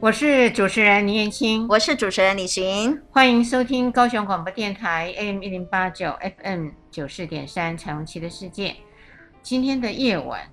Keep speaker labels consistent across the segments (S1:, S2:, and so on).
S1: 我是主持人林燕青，
S2: 我是主持人李寻。
S1: 欢迎收听高雄广播电台 AM 一零八九 FM 九四点三《彩虹旗的世界》。今天的夜晚，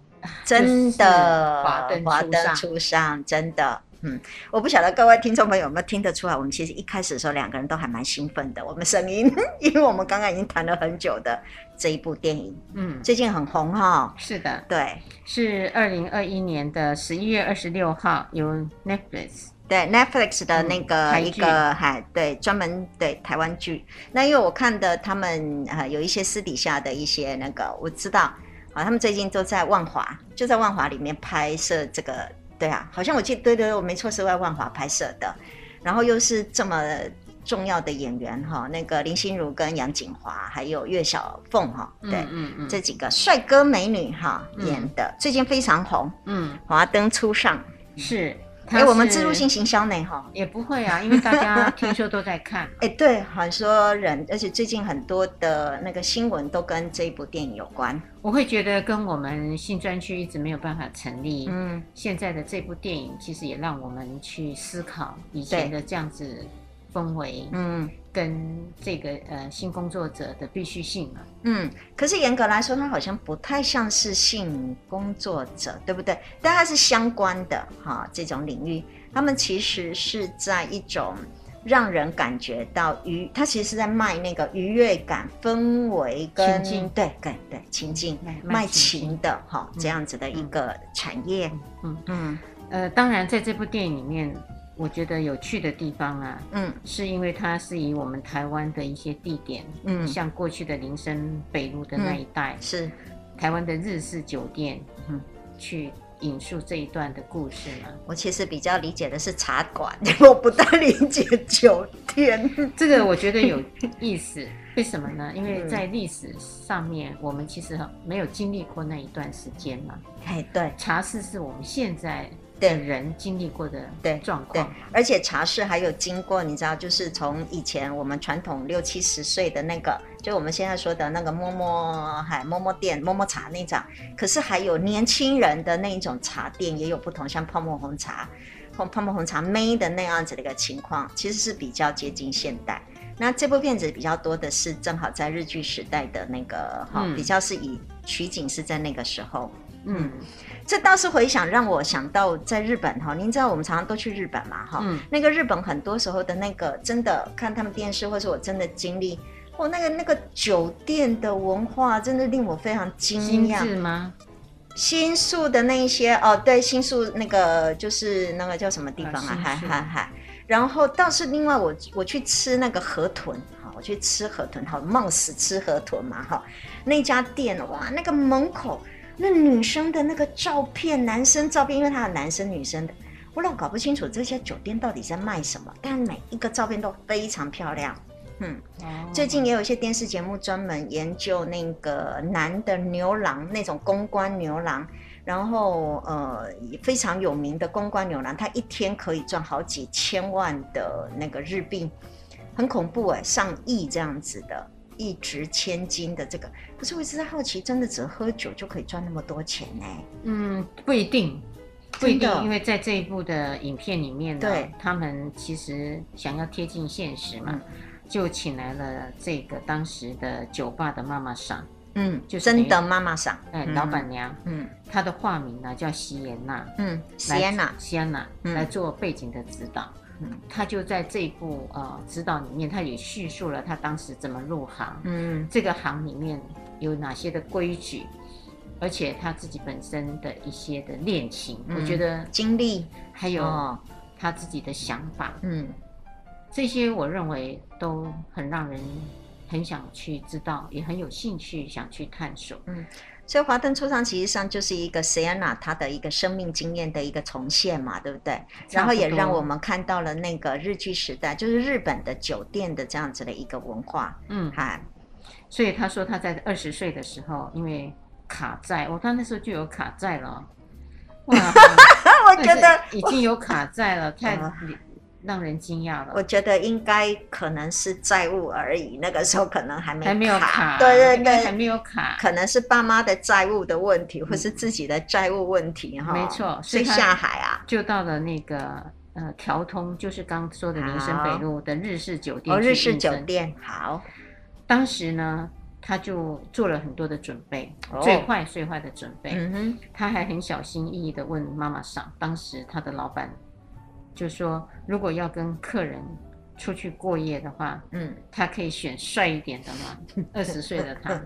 S2: 真
S1: 这
S2: 的，
S1: 是华灯
S2: 华
S1: 初
S2: 灯
S1: 上
S2: 初上，真的。嗯，我不晓得各位听众朋友有没有听得出来，我们其实一开始的时候两个人都还蛮兴奋的，我们声音， 因为我们刚刚已经谈了很久的这一部电影，
S1: 嗯，
S2: 最近很红哈、
S1: 是的，
S2: 对
S1: 是二零二一年的十一月二十六号由 Netflix
S2: 对，Netflix 的那
S1: 嗯
S2: 个
S1: 台
S2: 一
S1: 剧
S2: 个还、对专门对台湾剧，那因为我看的他们呃有一些私底下的一些那个我知道啊，他们最近都在万华，就在万华里面拍摄这个，对啊，好像我记得对对，对我没错是在万华拍摄的，然后又是这么重要的演员哈，那个林心如跟杨锦华还有岳小凤哈，
S1: 嗯。
S2: 对、
S1: 嗯嗯
S2: 这几个帅哥美女哈
S1: 嗯
S2: 演的，最近非常红，
S1: 嗯
S2: 华灯初上，
S1: 是，
S2: 哎、
S1: 它
S2: 我们
S1: 是
S2: 自助性行销呢哈。
S1: 也不会啊，因为大家听说都在看，
S2: 哎，对，很多人，而且最近很多的那个新闻都跟这一部电影有关。
S1: 我会觉得跟我们新专区一直没有办法成 立，
S2: 嗯，
S1: 现在的这部电影其实也让我们去思考以前的这样子氛围
S2: 嗯
S1: 跟这个呃性工作者的必须性啊，
S2: 嗯，可是严格来说，它好像不太像是性工作者，对不对？但它是相关的哈、这种领域，他们其实是在一种让人感觉到愉，它其实是在卖那个愉悦感、氛围跟
S1: 情境
S2: 对对对情境
S1: 卖卖
S2: 卖
S1: 情境
S2: 情的哈、这样子的一
S1: 嗯
S2: 个产业。
S1: 嗯
S2: 嗯
S1: 呃，当然在这部电影里面，我觉得有趣的地方啊，
S2: 嗯
S1: 是因为它是以我们台湾的一些地点，
S2: 嗯，
S1: 像过去的林森北路的那一带，
S2: 是
S1: 台湾的日式酒店，
S2: 嗯
S1: 去引述这一段的故事嘛。
S2: 我其实比较理解的是茶馆， 我不太理解酒店。
S1: 这个我觉得 有意思，为什么呢？因
S2: 嗯
S1: 为在历史上面，我们其实没有经历过那一段时间嘛。
S2: 哎，对
S1: 茶室是我们现在的
S2: 对
S1: 人经历过的
S2: 对
S1: 状
S2: 对
S1: 况嘛，
S2: 而且茶室还有经过，你知道，就是从以前我们传统六七十岁的那个，就我们现在说的那个摸摸嗨摸摸店、摸摸茶那种，可是还有年轻人的那一种茶店也有不同，像泡沫红茶、泡泡沫红茶妹的那样子的一个情况，其实是比较接近现代。那这部片子比较多的是正好在日剧时代的那个哈、
S1: 嗯
S2: 比较是以取景是在那个时候，
S1: 嗯
S2: 这倒是回想让我想到在日本哈，您知道我们常常都去日本嘛哈，
S1: 嗯
S2: 那个日本很多时候的那个真的看他们电视，或是我真的经历，哦，那个那个酒店的文化真的令我非常惊
S1: 精
S2: 讶。
S1: 致吗？
S2: 新宿的那一些哦，对，新宿那个就是那个叫什么地方啊
S1: 啊？
S2: 嗨
S1: 新宿
S2: 嗨嗨。然后倒是另外我我去吃那个河豚，哈，我去吃河豚，好冒死吃河豚嘛哈。那家店哇，那个门口那女生的那个照片，男生照片，因为他有男生女生的，我老搞不清楚这些酒店到底在卖什么，但每一个照片都非常漂亮。嗯，
S1: 哦
S2: 最近也有一些电视节目专门研究那个男的牛郎那种公关牛郎，然后呃非常有名的公关牛郎，他一天可以赚好几千万的那个日币，很恐怖哎、上亿这样子的，一值千金的这个。可是我一直在好奇，真的只喝酒就可以赚那么多钱呢、
S1: 嗯不一定。不一
S2: 真
S1: 定，
S2: 的
S1: 因为在这一部的影片里面呢
S2: 对，
S1: 他们其实想要贴近现实嘛，
S2: 嗯
S1: 就请来了这个当时的酒吧的妈妈桑，
S2: 嗯，
S1: 就是
S2: 真的妈妈桑，
S1: 哎、
S2: 嗯
S1: 老板，娘，
S2: 嗯
S1: 她的化名呢叫席妍娜，
S2: 嗯，席安娜，
S1: 西安娜
S2: 嗯
S1: 来做背景的指导。
S2: 嗯
S1: 他就在这一部呃指导里面，他也叙述了他当时怎么入行，
S2: 嗯
S1: 这个行里面有哪些的规矩，而且他自己本身的一些的恋情，
S2: 嗯
S1: 我觉得
S2: 经历，
S1: 还有
S2: 哦，
S1: 他自己的想法，
S2: 嗯
S1: 这些我认为都很让人很想去知道，也很有兴趣想去探索。
S2: 所以《华灯初上》其实上就是一个 Sienna 她的一个生命经验的一个重现嘛，对不对？然后也让我们看到了那个日剧时代，就是日本的酒店的这样子的一个文化。
S1: 嗯，
S2: 哈，
S1: 所以他说他在二十岁的时候，因为卡债，我看那时候就有卡债了哦。哇，
S2: 啊我觉得，
S1: 已经有卡债了，太
S2: 啊
S1: 让人惊讶
S2: 我
S1: 了。
S2: 觉得应该可能是债务而已，那个时候可能还没
S1: 还没有卡，
S2: 对对
S1: 应该还
S2: 对，
S1: 没有卡。
S2: 可能是爸妈的债务的问题，或是自己的债务问题
S1: 嗯
S2: 哈。
S1: 没错
S2: 所
S1: 所以
S2: 以
S1: 他
S2: 下海啊，
S1: 就到了那个呃调通，就是刚说的民生北路的日式酒店
S2: 哦，
S1: 去
S2: 日式
S1: 应
S2: 酒
S1: 征。
S2: 店好，
S1: 当时呢，他就做了很多的准备，
S2: 哦
S1: 最坏最坏的准备。
S2: 嗯哼，
S1: 他还很小心翼翼地问妈妈桑，当时他的老板就说，如果要跟客人出去过夜的话，
S2: 嗯，
S1: 他可以选帅一点的 嘛，二十岁的他。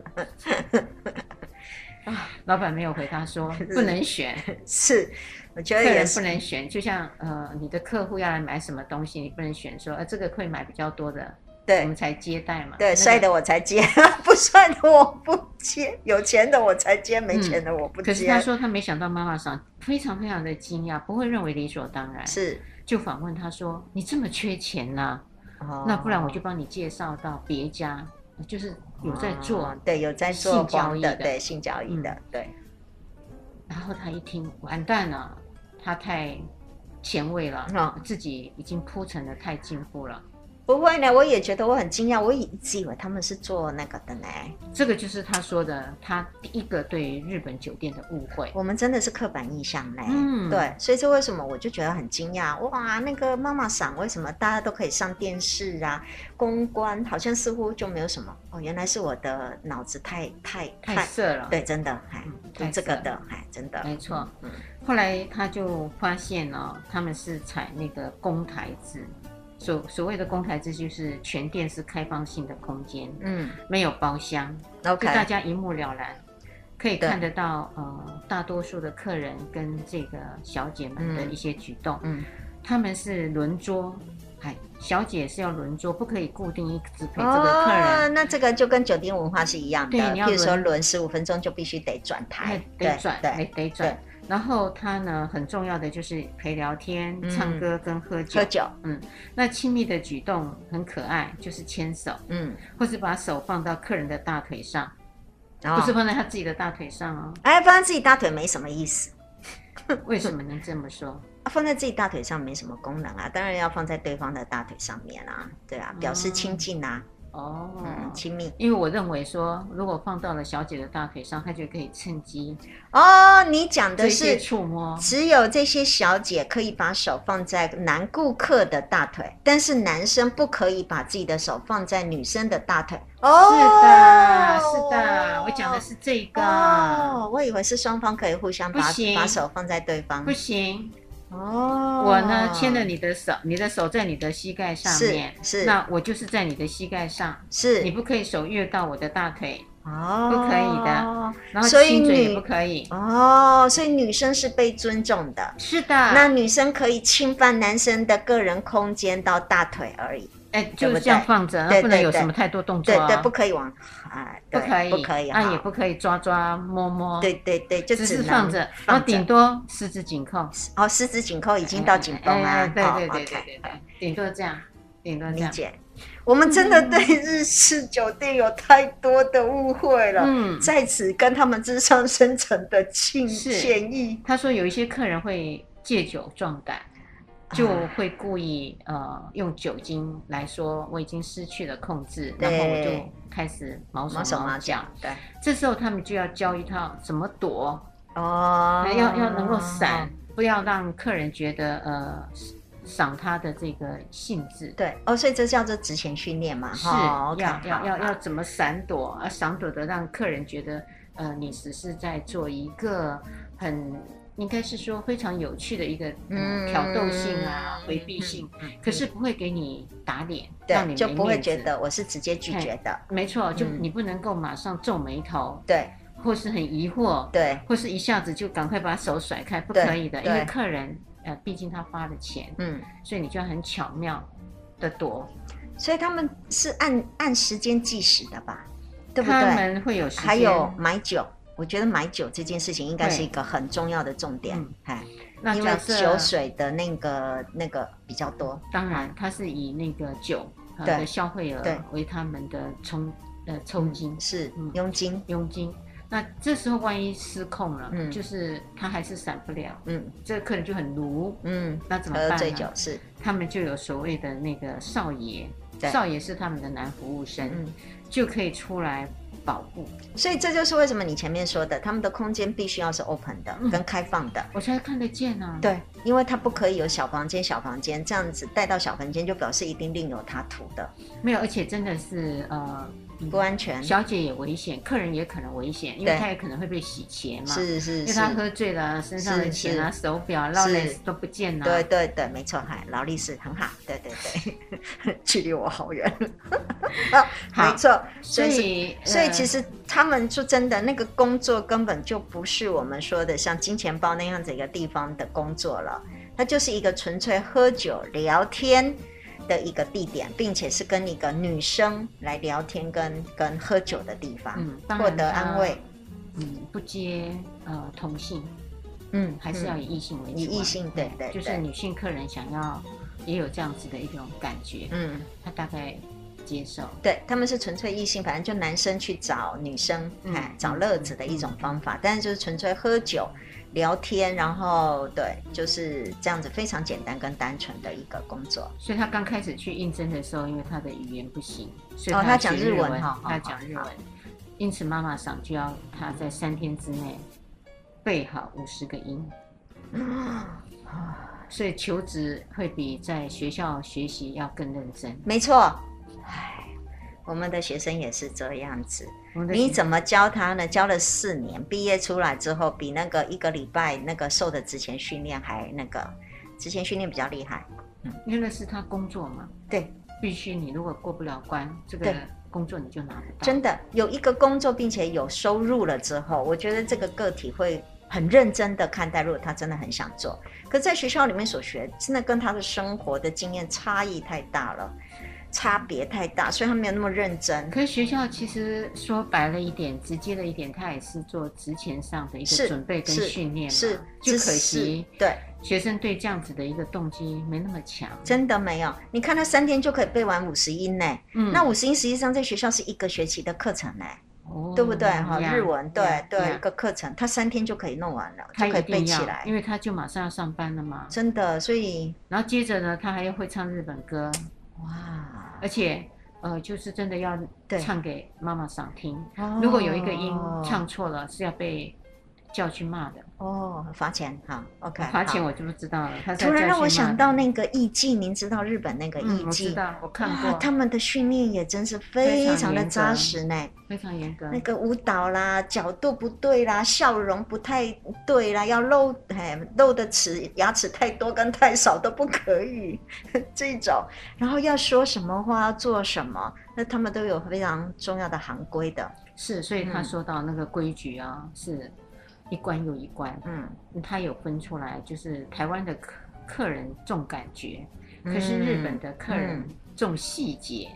S1: 啊，老板没有回答说不能 选，
S2: 是，我觉
S1: 客
S2: 得哎也
S1: 人
S2: 是
S1: 不能选，就像呃你的客户要来买什么东西，你不能选说呃这个会买比较多的，我
S2: 对
S1: 们才接待嘛。那
S2: 对，
S1: 个
S2: 帅的我才接， 不帅的我不接，有钱的我才接，没钱的我不
S1: 嗯可是
S2: 接
S1: 他，说他没想到妈妈桑非常非常的惊讶，不会认为理所当然，
S2: 是，
S1: 就反问他说：“你这么缺钱呐、
S2: 哦
S1: 那不然我就帮你介绍到别家，就是有在做。
S2: 哦对，有在做
S1: 性交
S2: 黄
S1: 易的
S2: 的，
S1: 嗯
S2: 对，性交易的，对，
S1: 然后他一听，完蛋了，他太前卫了，
S2: 哦
S1: 自己已经铺陈的太进步了。
S2: 不会呢，我也觉得我很惊讶，我以一直以为他们是做那个的呢，
S1: 这个就是他说的，他第一个对于日本酒店的误会。
S2: 我们真的是刻板印象嘞，
S1: 嗯
S2: 对，所以这为什么我就觉得很惊讶，哇，那个妈妈桑为什么大家都可以上电视啊？公关好像似乎就没有什么，哦，原来是我的脑子太太
S1: 太色了，，
S2: 对，真的，哎
S1: 嗯，
S2: 就
S1: 太
S2: 这个
S1: 色
S2: 的，哎，真的，
S1: 没错
S2: 嗯，
S1: 后来他就发现哦，他们是采那个公台制，所所谓的公台制就是全店是开放性的空间，
S2: 嗯
S1: 没有包厢，就大
S2: ，OK，
S1: 家一目了然，可以
S2: 对
S1: 看得到呃大多数的客人跟这个小姐们的
S2: 嗯
S1: 一些举动，
S2: 嗯，
S1: 他们是轮桌，哎，小姐是要轮桌，不可以固定一直陪这个客人，
S2: 哦那这个就跟酒店文化是一样的，
S1: 对你要
S2: 譬如说
S1: 轮
S2: 轮十五分钟就必须得转
S1: 哎、
S2: 台，对
S1: 得转，哎得
S2: 对，
S1: 转。然后他呢，很重要的就是陪聊天、
S2: 嗯
S1: 唱歌跟喝酒。
S2: 喝酒，
S1: 那亲密的举动很可爱，就是牵手，
S2: 嗯，
S1: 或是把手放到客人的大腿上，
S2: 然
S1: 不是
S2: 后，
S1: 放在他自己的大腿上哦。
S2: 哎，放在自己大腿没什么意思。
S1: 为什么能这么说？
S2: 放在自己大腿上没什么功能啊，当然要放在对方的大腿上面啊，对啊，表示亲近啊，
S1: 哦，
S2: 嗯，亲密
S1: 因为我认为说，如果放到了小姐的大腿上，她就可以趁机
S2: 哦。你讲
S1: 做
S2: 的
S1: 一些
S2: 是
S1: 触摸。
S2: 只有这些小姐可以把手放在男顾客的大腿，但是男生不可以把自己的手放在女生的大腿。哦，
S1: 是的，是的，我讲的是这个，
S2: 哦，我以为是双方可以互相把
S1: 不行
S2: 把手放在对方
S1: 不。行，
S2: 哦，
S1: 我呢牵了你的手，你的手在你的膝盖上面，
S2: 是是
S1: 那我就是在你的膝盖上，
S2: 是
S1: 你不可以手越到我的大腿，
S2: 哦，
S1: 不可以的然后
S2: 所以
S1: 亲嘴
S2: 女
S1: 也不可以。
S2: 哦，所以女生是被尊重的，
S1: 是的，
S2: 那
S1: 那
S2: 女生可以侵犯男生的个人空间到大腿而已，
S1: 哎
S2: 对
S1: 就
S2: 不
S1: 这样
S2: 对
S1: 放着，
S2: 对
S1: 不能
S2: 对
S1: 有
S2: 对
S1: 什么太多动作
S2: 对
S1: 啊，
S2: 对，不可以往啊，
S1: 不
S2: 对
S1: 可以，
S2: 不可以，
S1: 那也
S2: 好
S1: 不可以抓抓摸摸，
S2: 对，对对，就
S1: 哦只
S2: 只
S1: 是
S2: 能
S1: 放着，然
S2: 放
S1: 后顶
S2: 着。
S1: 多十指紧扣，
S2: 哦，十指紧扣已经到紧绷
S1: 哎哎
S2: 啊，
S1: 对
S2: 哦
S1: 对对
S2: OK，
S1: 对对对，顶多这样，顶多这
S2: 理
S1: 样，嗯
S2: 解。我们真的对日式酒店有太多的误会了，
S1: 嗯。
S2: 在此跟他们之上深层的歉
S1: 是
S2: 歉意。
S1: 他说有一些客人会借酒壮胆，
S2: 啊
S1: 就会故意呃用酒精来说我已经失去了控制，然后我
S2: 对
S1: 就开始毛手
S2: 毛手
S1: 毛
S2: 毛
S1: 脚
S2: 脚。，对，
S1: 这时候他们就要教一套怎么躲，
S2: 哦，
S1: 要要能够闪，，不要让客人觉得呃赏他的这个兴致。
S2: 对，哦，所以这叫做职前训练嘛，
S1: 是
S2: 哈
S1: 要
S2: ，OK，
S1: 要
S2: 好
S1: 要
S2: 好
S1: 要怎么闪躲啊？闪躲的让客人觉得，呃，你只是在做一个很应该是说非常有趣的一个嗯挑逗性啊、回避性，，
S2: 嗯嗯嗯嗯
S1: 可是不会给你打脸，让你没
S2: 对，就不会
S1: 面
S2: 觉
S1: 子。
S2: 得我是直接拒绝的，
S1: 没错，就
S2: 嗯
S1: 你不能够马上皱眉头，
S2: 对
S1: 或是很疑惑，
S2: 对，
S1: 或是一下子就赶快把手甩开，不
S2: 对
S1: 可以的，因
S2: 对
S1: 为客人呃，毕竟他花了钱，
S2: 嗯，
S1: 所以你就要很巧妙的躲
S2: 所以他们是按按时间计时的吧，对不
S1: 他
S2: 对？
S1: 们会有时间，
S2: 还有买酒，我觉得买酒这件事情应该是一个很重要的重点
S1: 嗯，
S2: 哎，
S1: 那
S2: 因为
S1: 假设
S2: 酒水的那个那个比较多，
S1: 当然，它是以那个酒呃
S2: 对
S1: 的消费
S2: 对
S1: 额为他们的充呃抽金
S2: 是
S1: 嗯
S2: 佣金，
S1: 佣金。那这时候万一失控了，
S2: 嗯
S1: 就是他还是闪不了，
S2: 嗯
S1: 这个客人就很奴，
S2: 嗯，
S1: 那怎么办
S2: 喝
S1: 呢？
S2: 醉酒是，
S1: 他们就有所谓的那个少爷
S2: 对，
S1: 少爷是他们的男服务生，
S2: 嗯，
S1: 就可以出来保护。
S2: 所以这就是为什么你前面说的，他们的空间必须要是 open 的
S1: 嗯
S2: 跟开放的。
S1: 我才看得见啊。
S2: 对，因为它不可以有小房间、小房间这样子带到小房间，就表示一定另有他图的，
S1: 没有，而且真的是呃，
S2: 不安全。
S1: 小姐也危险，客人也可能危险，因为
S2: 对
S1: 她也可能会被洗钱嘛。
S2: 是
S1: 因
S2: 是
S1: 为
S2: 是，
S1: 她喝醉了啊，身上的钱啊、手表啊、
S2: 是
S1: l e 都不见了。
S2: 对，对对，没错，嗨，劳力士很好，对对对， 距离我好远，
S1: 好
S2: 没错，
S1: 所
S2: 所
S1: 以
S2: 所以
S1: 呃
S2: 其实他们说真的，那个工作根本就不是我们说的像金钱豹那样子一个地方的工作了，它就是一个纯粹喝酒聊天的一个地点，并且是跟一个女生来聊天跟跟喝酒的地方，
S1: 嗯，当
S2: 获
S1: 然
S2: 得
S1: 她
S2: 安慰。。
S1: 嗯，不接呃同性，
S2: 嗯，
S1: 还是要
S2: 嗯
S1: 以异性为主、啊。
S2: 以异性对对
S1: 就是
S2: 对
S1: 女性客人想要也有这样子的一种感觉，
S2: 嗯，
S1: 她大概接受。
S2: 对，他们是纯粹异性，反正就男生去找女生，
S1: 嗯
S2: 哎、找乐子的一种方法，但是就是纯粹喝酒、聊天，然后对，就是这样子非常简单跟单纯的一个工作。
S1: 所以她刚开始去应征的时候，因为她的语言不行，所以
S2: 哦
S1: 她
S2: 她
S1: 要
S2: 讲
S1: 学
S2: 日文
S1: 文
S2: 哈，
S1: 她
S2: 哦
S1: 讲日
S2: 好
S1: 文，因此妈妈桑就要她在三天之内背好五十个 音。所以求职会比在学校学习要更认真。
S2: 没错，唉，我们的学生也是这样子。
S1: 我们的
S2: 你
S1: 学
S2: 怎么教他呢？教了四年，毕业出来之后，比那个一个礼拜那个受的职前训练还那个，职前训练比较厉害。
S1: 因为那是他工作嘛，
S2: 对，
S1: 必须你如果过不了关，这个
S2: 对
S1: 工作你就拿不到。
S2: 真的有一个工作并且有收入了之后，我觉得这个个体会很认真的看待。如果他真的很想做，可在学校里面所学，真的跟他的生活的经验差异太大了，差别太大，所以他没有那么认真。
S1: 可是学校其实说白了一点，直接了一点，它也是做职前上的一
S2: 是
S1: 个准备跟
S2: 是
S1: 训练嘛。
S2: 是，
S1: 就
S2: 只
S1: 可惜
S2: 是对，
S1: 学生对这样子的一个动机没那么强。
S2: 真的没有。你看他三天就可以背完五十音呢，
S1: 嗯
S2: 那五十音实际上在学校是一个学期的课程呢，
S1: 哦
S2: 对不对？哈，
S1: 呀
S2: 日文对
S1: 呀
S2: 对
S1: 呀
S2: 一个课程，他三天就可以弄完了，
S1: 他
S2: 就可以
S1: 一
S2: 背
S1: 定
S2: 起
S1: 要，
S2: 来。
S1: 因为他就马上要上班了嘛。
S2: 真的，所以
S1: 然后接着呢，他还要会唱日本歌，
S2: 哇，
S1: 而且呃，就是真的要
S2: 对
S1: 唱给妈妈赏听。
S2: 哦
S1: 如果有一个音唱错了，是要被叫去骂的。
S2: 哦，罚钱哈，OK，
S1: 罚钱
S2: 好。
S1: 我就不知道了。他是
S2: 突
S1: 要
S2: 然
S1: 叫
S2: 让
S1: 去
S2: 我
S1: 骂
S2: 想
S1: 的
S2: 到那个艺伎，您知道日本那个
S1: 嗯，
S2: 艺
S1: 我知
S2: 伎，
S1: 道，我看
S2: 哇
S1: 过，
S2: 啊他们的训练也真是非常的扎实呢。
S1: 非常严格。
S2: 那个舞蹈啦，角度不对啦，笑容不太对啦，要露哎露的齿牙齿太多跟太少都不可以， 这种。然后要说什么话，要做什么，那他们都有非常重要的行规的。
S1: 是，所以他
S2: 嗯
S1: 说到那个规矩啊，是一关又一关，
S2: 嗯，
S1: 他有分出来，就是台湾的客客人重感觉，可是日本的客人
S2: 嗯
S1: 重细节。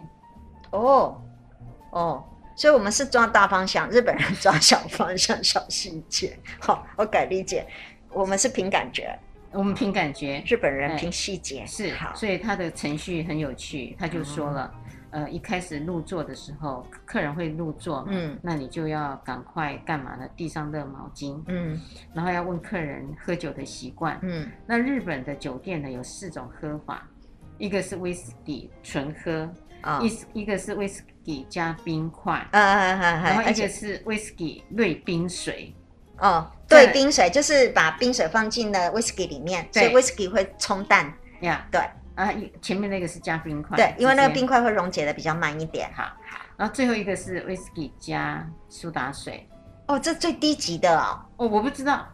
S2: 哦，哦，所以我们是抓大方向，日本人抓小方向、小细节。 好，我改理解，我们是凭感觉，
S1: 我们凭感觉
S2: 日本人
S1: 哎
S2: 凭细节。
S1: 是
S2: 好，，哦
S1: 所以他的程序很有趣，他就说了，呃，一开始入座的时候，客人会入座嘛，
S2: 嗯
S1: 那你就要赶快干嘛呢？递上热毛巾，
S2: 嗯
S1: 然后要问客人喝酒的习惯，
S2: 嗯
S1: 那日本的酒店呢有四种喝法，一个是威士忌纯喝，
S2: 啊，
S1: 一、一个是威士忌加冰块，
S2: 啊啊啊
S1: 然
S2: 啊！
S1: 后
S2: 而
S1: 一个
S2: 且
S1: 是威士忌兑冰水，
S2: 哦，对，
S1: 对
S2: 冰水就是把冰水放进了 whisky 里面，所
S1: 对
S2: 以 whisky 会冲淡。
S1: 呀、
S2: 对
S1: 啊，一前面那个是加冰块，
S2: 对，因为那个
S1: 直接
S2: 冰块会溶解的比较慢一点。
S1: 好，然后最后一个是威士忌加苏打水。
S2: 哦，这最低级的哦，
S1: 哦，我不知道，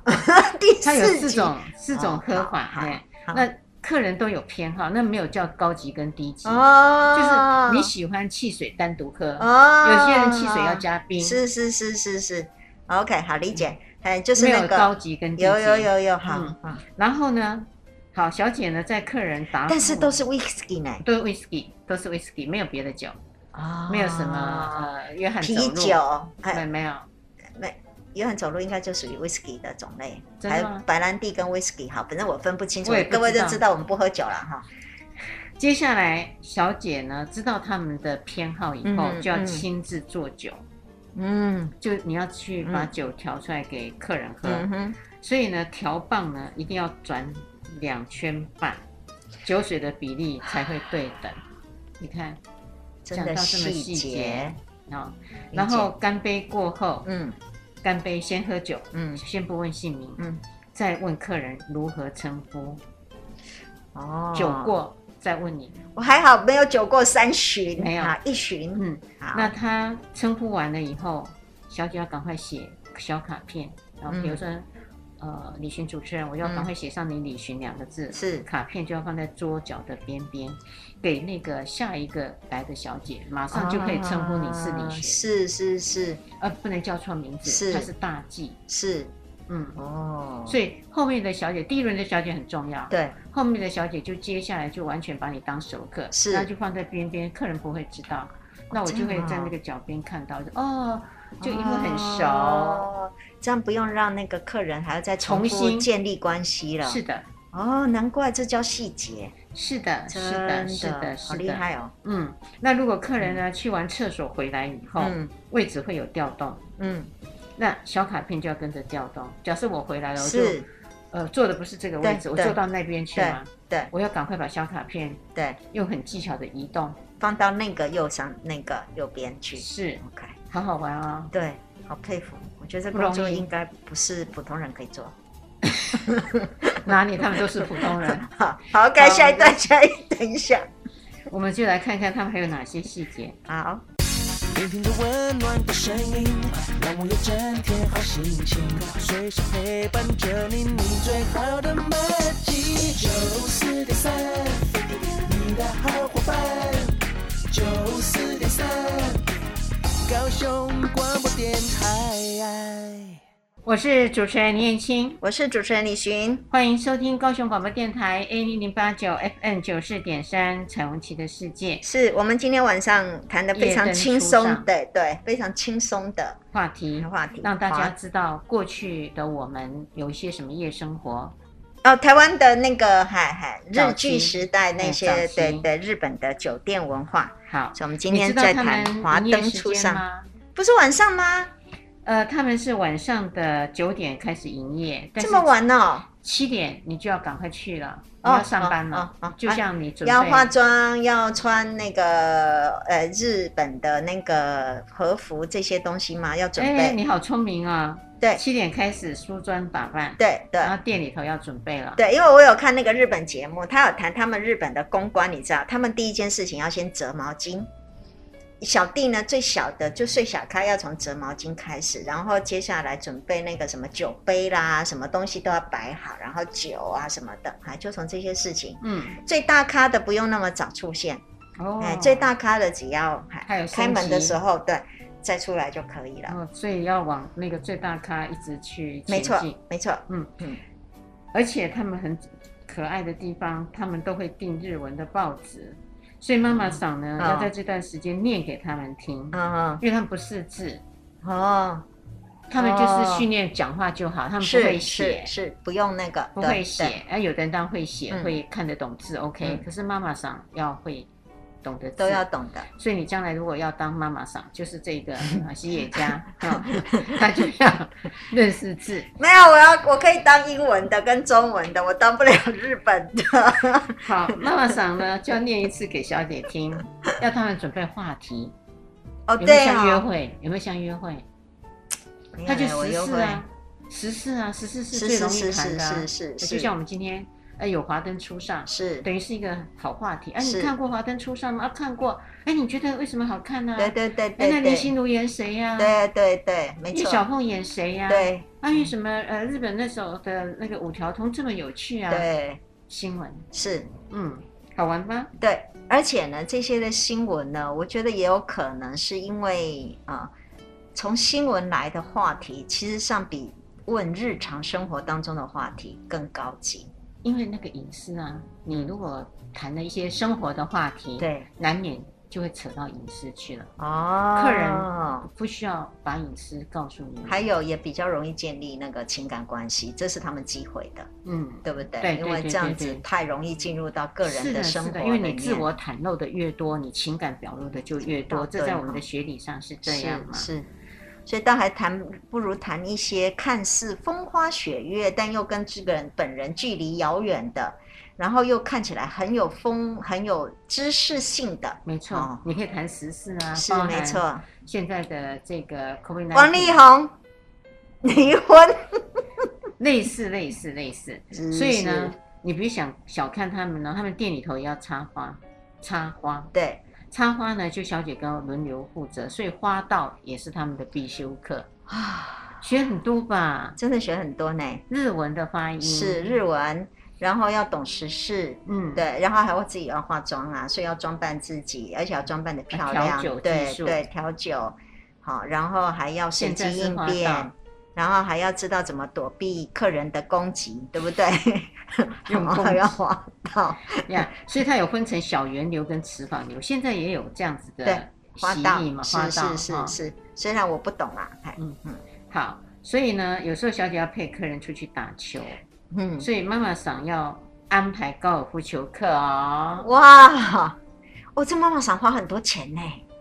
S2: 第
S1: 它有
S2: 四
S1: 四
S2: 级哦
S1: 种四种喝法，
S2: 好好
S1: 哎，
S2: 好
S1: 那客人都有偏好，那没有叫高级跟低级，
S2: 哦，
S1: 就是你喜欢汽水单独喝，
S2: 哦，
S1: 有些人汽水要加冰，
S2: 是是是是是，OK，好理解。哎，就是
S1: 嗯没
S2: 那
S1: 有高
S2: 个
S1: 级跟低级，
S2: 有有有有好
S1: 嗯，
S2: 嗯
S1: 然后呢，好小姐呢，在客人打，
S2: 但是都是 whisky 呢，
S1: 都是 whisky，都是 whisky，没有别的酒，
S2: 啊
S1: 没有什么呃约翰
S2: 啤
S1: 走路，
S2: 酒，哎，
S1: 对，没有。
S2: 约翰走路应该就属于 whisky 的种类，
S1: 真
S2: 还
S1: 的
S2: 有
S1: 吗
S2: 白兰地跟 whisky 好，反正我分不清楚
S1: 我也，不
S2: 各位
S1: 知
S2: 就
S1: 道
S2: 知道我们不喝酒了哈。
S1: 接下来，小姐呢知道他们的偏好以后，
S2: 嗯
S1: 就要
S2: 嗯
S1: 亲自做酒，
S2: 嗯
S1: 就你要去把
S2: 嗯
S1: 酒调出来给客人喝，
S2: 嗯哼，
S1: 所以呢，调棒呢一定要转两圈半，酒水的比例才会对等。你看，
S2: 真的
S1: 讲到这么
S2: 细
S1: 细节
S2: 节，
S1: 啊、
S2: 理解
S1: 然后干杯过后，
S2: 嗯
S1: 干杯先喝酒，
S2: 嗯
S1: 先不问姓名，
S2: 嗯，
S1: 再问客人如何称呼，
S2: 哦，
S1: 酒，过再问你。
S2: 我还好没有酒过三巡，
S1: 没有
S2: 啊一巡，
S1: 嗯，
S2: 好，
S1: 那他称呼完了以后，小姐要赶快写小卡片，然
S2: 嗯
S1: 后比如说，呃，李寻主持人，我要赶快写上你“李寻”两个字，
S2: 是
S1: 卡片就要放在桌角的边边，给那个下一个来的小姐，马上就可以称呼你是李
S2: 啊
S1: 寻，
S2: 是是是
S1: 呃，不能叫错名
S2: 是
S1: 字，它是大忌，
S2: 是，
S1: 嗯。
S2: 哦，
S1: 所以后面的小姐，第一轮的小姐很重要，
S2: 对，
S1: 后面的小姐就接下来就完全把你当熟客，
S2: 是哦
S1: 那就放在边边，客人不会知道，那我就会在那个角边看到，就哦，就因为很熟，
S2: 哦，这样不用让那个客人还要再重
S1: 重
S2: 复
S1: 新
S2: 建立关系了，
S1: 是的，
S2: 哦，难怪这叫细节，
S1: 是的，啊是
S2: 真
S1: 的，是的，
S2: 好
S1: 是
S2: 厉
S1: 的，
S2: 害哦，
S1: 嗯，那如果客人呢去完厕所回来以后，
S2: 嗯
S1: 位置会有调动。
S2: 嗯，，
S1: 那小卡片就要跟着调动。假设我回来了，我就是呃坐的不是这个位置，
S2: 对
S1: 我
S2: 对
S1: 坐到那边去
S2: 对
S1: 嘛，
S2: 对
S1: 我要赶快把小卡片
S2: 对，
S1: 用很技巧的移动，
S2: 放到那个右上那个右边去
S1: 是
S2: ，OK，
S1: 好好玩哦。
S2: 对，好佩服，我觉得这
S1: 不
S2: 工
S1: 容
S2: 作
S1: 易
S2: 应该不是普通人可以做。
S1: 哪里他们都是普通人，
S2: 好，好，OK，
S1: 好
S2: 下一段，下一，等一下，
S1: 我们就来看看他们还有哪些细节。
S2: 好，
S3: 聆听着温暖的声音，让我有整天好心情，随时陪伴着你，你最好的默契。九四点三，你的好伙伴。九四点三，高雄广播电台。
S1: 我是主持人林燕青，
S2: 我是主持人李寻，
S1: 欢迎收听高雄广播电台 A 零零八九 FM 九四点三《彩虹旗的世界
S2: 是我们今天晚上谈的非常轻松
S1: 夜灯初，上
S2: 对对，非常轻松的》
S1: 话题，
S2: 话
S1: 嗯
S2: 题，
S1: 让大家
S2: 好啊
S1: 知道过去的我们有一些什么夜生活。
S2: 哦，台湾的那个嗨嗨日
S1: 早
S2: 剧
S1: 期
S2: 时代那
S1: 哎
S2: 些，
S1: 早期
S2: 对对，日本的酒店文化，
S1: 好，
S2: 所以我们今
S1: 你
S2: 天
S1: 知道
S2: 在
S1: 他
S2: 谈
S1: 们
S2: 华
S1: 营业
S2: 灯
S1: 时
S2: 初
S1: 间
S2: 上，
S1: 吗？
S2: 不是晚上吗？
S1: 呃，他们是晚上的九点开始营业，但
S2: 这
S1: 是
S2: 么晚哦，
S1: 七点你就要赶快去了，你
S2: 哦
S1: 要上班了，
S2: 哦哦哦
S1: 就像你准备
S2: 要化妆，要穿那个呃日本的那个和服这些东西吗？要准
S1: 哎，
S2: 备？
S1: 你好聪明啊！
S2: 对
S1: 七点开始梳妆打扮，
S2: 对对
S1: 然后店里头要准备了。
S2: 对，因为我有看那个日本节目，他有谈他们日本的公关，你知道，他们第一件事情要先折毛巾。小弟呢，最小的就最小咖要从折毛巾开始，然后接下来准备那个什么酒杯啦，什么东西都要摆好，然后酒啊什么的，啊，就从这些事情。
S1: 嗯，
S2: 最大咖的不用那么早出现，
S1: 哦，
S2: 哎，最大咖的只要
S1: 还
S2: 哎
S1: 有
S2: 开门的
S1: 升级
S2: 时候，对，再出来就可以了。
S1: 哦，所以要往那个最大咖一直去
S2: 没
S1: 前
S2: 错
S1: 进。，
S2: 没错，
S1: 而且他们很可爱的地方，他们都会订日文的报纸，所以妈妈桑呢、
S2: 嗯
S1: 要在这段时间念给他们听，
S2: 嗯
S1: 因为他们不识字，
S2: 嗯哦，
S1: 他们就是训练讲话就好，他们不会
S2: 是
S1: 写
S2: 是。是，不用那个，
S1: 不
S2: 对
S1: 会
S2: 对
S1: 写，啊，有的人当然会写，
S2: 嗯
S1: 会看得懂字，OK、
S2: 嗯
S1: 可是妈妈桑要会懂得字，
S2: 都要懂的。
S1: 所以你将来如果要当妈妈桑，就是这 个啊西野家，啊，他就要认识字。
S2: 没有，我要我可以当英文的跟中文的，我当不了日本 的。
S1: 好，妈妈桑呢就要念一次给小姐听，要他们准备话题，
S2: 哦，
S1: 有没有
S2: 对
S1: 像约
S2: 啊，
S1: 会？有没有像约会？
S2: 没有
S1: 他就
S2: 我
S1: 十
S2: 又
S1: 四
S2: 会
S1: 啊，十四啊，十四是
S2: 是
S1: 最
S2: 是
S1: 容易谈
S2: 是是
S1: 的啊、
S2: 是是是，
S1: 就像我们今天，呃，有华灯初上，
S2: 是，
S1: 等于是一个好话题。哎、
S2: 是
S1: 你看过华灯初上吗？啊，看过。哎，你觉得为什么好看呢、
S2: 对对对
S1: 哎，那
S2: 对
S1: 林
S2: 对
S1: 心如演谁呀、
S2: 对对对，没
S1: 叶小
S2: 错，
S1: 凤演谁呀、
S2: 对
S1: 啊，为什么呃日本那时候的那个五条通这么有趣啊？
S2: 对
S1: 新闻，
S2: 是，
S1: 嗯，好玩吗？
S2: 对。而且呢，这些的新闻呢，我觉得也有可能是因为啊、呃从新闻来的话题，其实上比问日常生活当中的话题更高级。
S1: 因为那个隐私啊，你如果谈了一些生活的话题，，
S2: 对，
S1: 难免就会扯到隐私去了。
S2: 哦，
S1: 客人不需要把隐私告诉你，
S2: 还有也比较容易建立那个情感关系，这是他们机会的，
S1: 嗯，
S2: 对不对？
S1: 对对
S2: 因为
S1: 对
S2: 这样
S1: 对
S2: 子
S1: 对
S2: 太容易进入到个人
S1: 是的，
S2: 生
S1: 是
S2: 活
S1: 的，因为
S2: 里
S1: 你自
S2: 面
S1: 我袒露的越多，你情感表露的就越
S2: 哦
S1: 多，这
S2: 对
S1: 在
S2: 哦
S1: 我们的学理上是这样嘛？
S2: 是。是所以倒还谈不如谈一些看似风花雪月，但又跟这个人本人距离遥远的然后又看起来很有风、很有知识性的，
S1: 没错，
S2: 哦
S1: 你可以谈时事啊，
S2: 是
S1: 包
S2: 没
S1: 含
S2: 错。
S1: 现在的这个 COVID
S2: 王力宏 离婚，
S1: 类似类似类似，
S2: 嗯
S1: 所以呢，你不要想小看他们呢，他们店里头也要插花，插花，
S2: 对，
S1: 插花呢就小姐跟轮流负责，所以花道也是他们的必修课，
S2: 啊，
S1: 学很多吧，
S2: 真的学很多呢，
S1: 日文的发音
S2: 是，日文，然后要懂时事。
S1: 嗯，
S2: 对，然后还会自己要化妆啊，所以要装扮自己，而且要装扮的漂亮，
S1: 啊调酒
S2: 对
S1: 技术
S2: 对，调酒，好，然后还要随
S1: 现在
S2: 机
S1: 是
S2: 应
S1: 花
S2: 变
S1: 道，
S2: 然后还要知道怎么躲避客人的攻击，对不对？
S1: 用
S2: 然后
S1: 攻
S2: 还要
S1: 击
S2: 花道，
S1: 呀所以它有分成小圆流跟池坊流，现在也有这样子的
S2: 对花
S1: 习
S2: 道
S1: 艺嘛，花
S2: 是
S1: 道
S2: 是是
S1: 哈
S2: 是，虽然我不懂啦，哎，
S1: 好，所以呢，有时候小姐要陪客人出去打球，
S2: 嗯，
S1: 所以妈妈想要安排高尔夫球课哦。
S2: 哇，我这妈妈想花很多钱呢，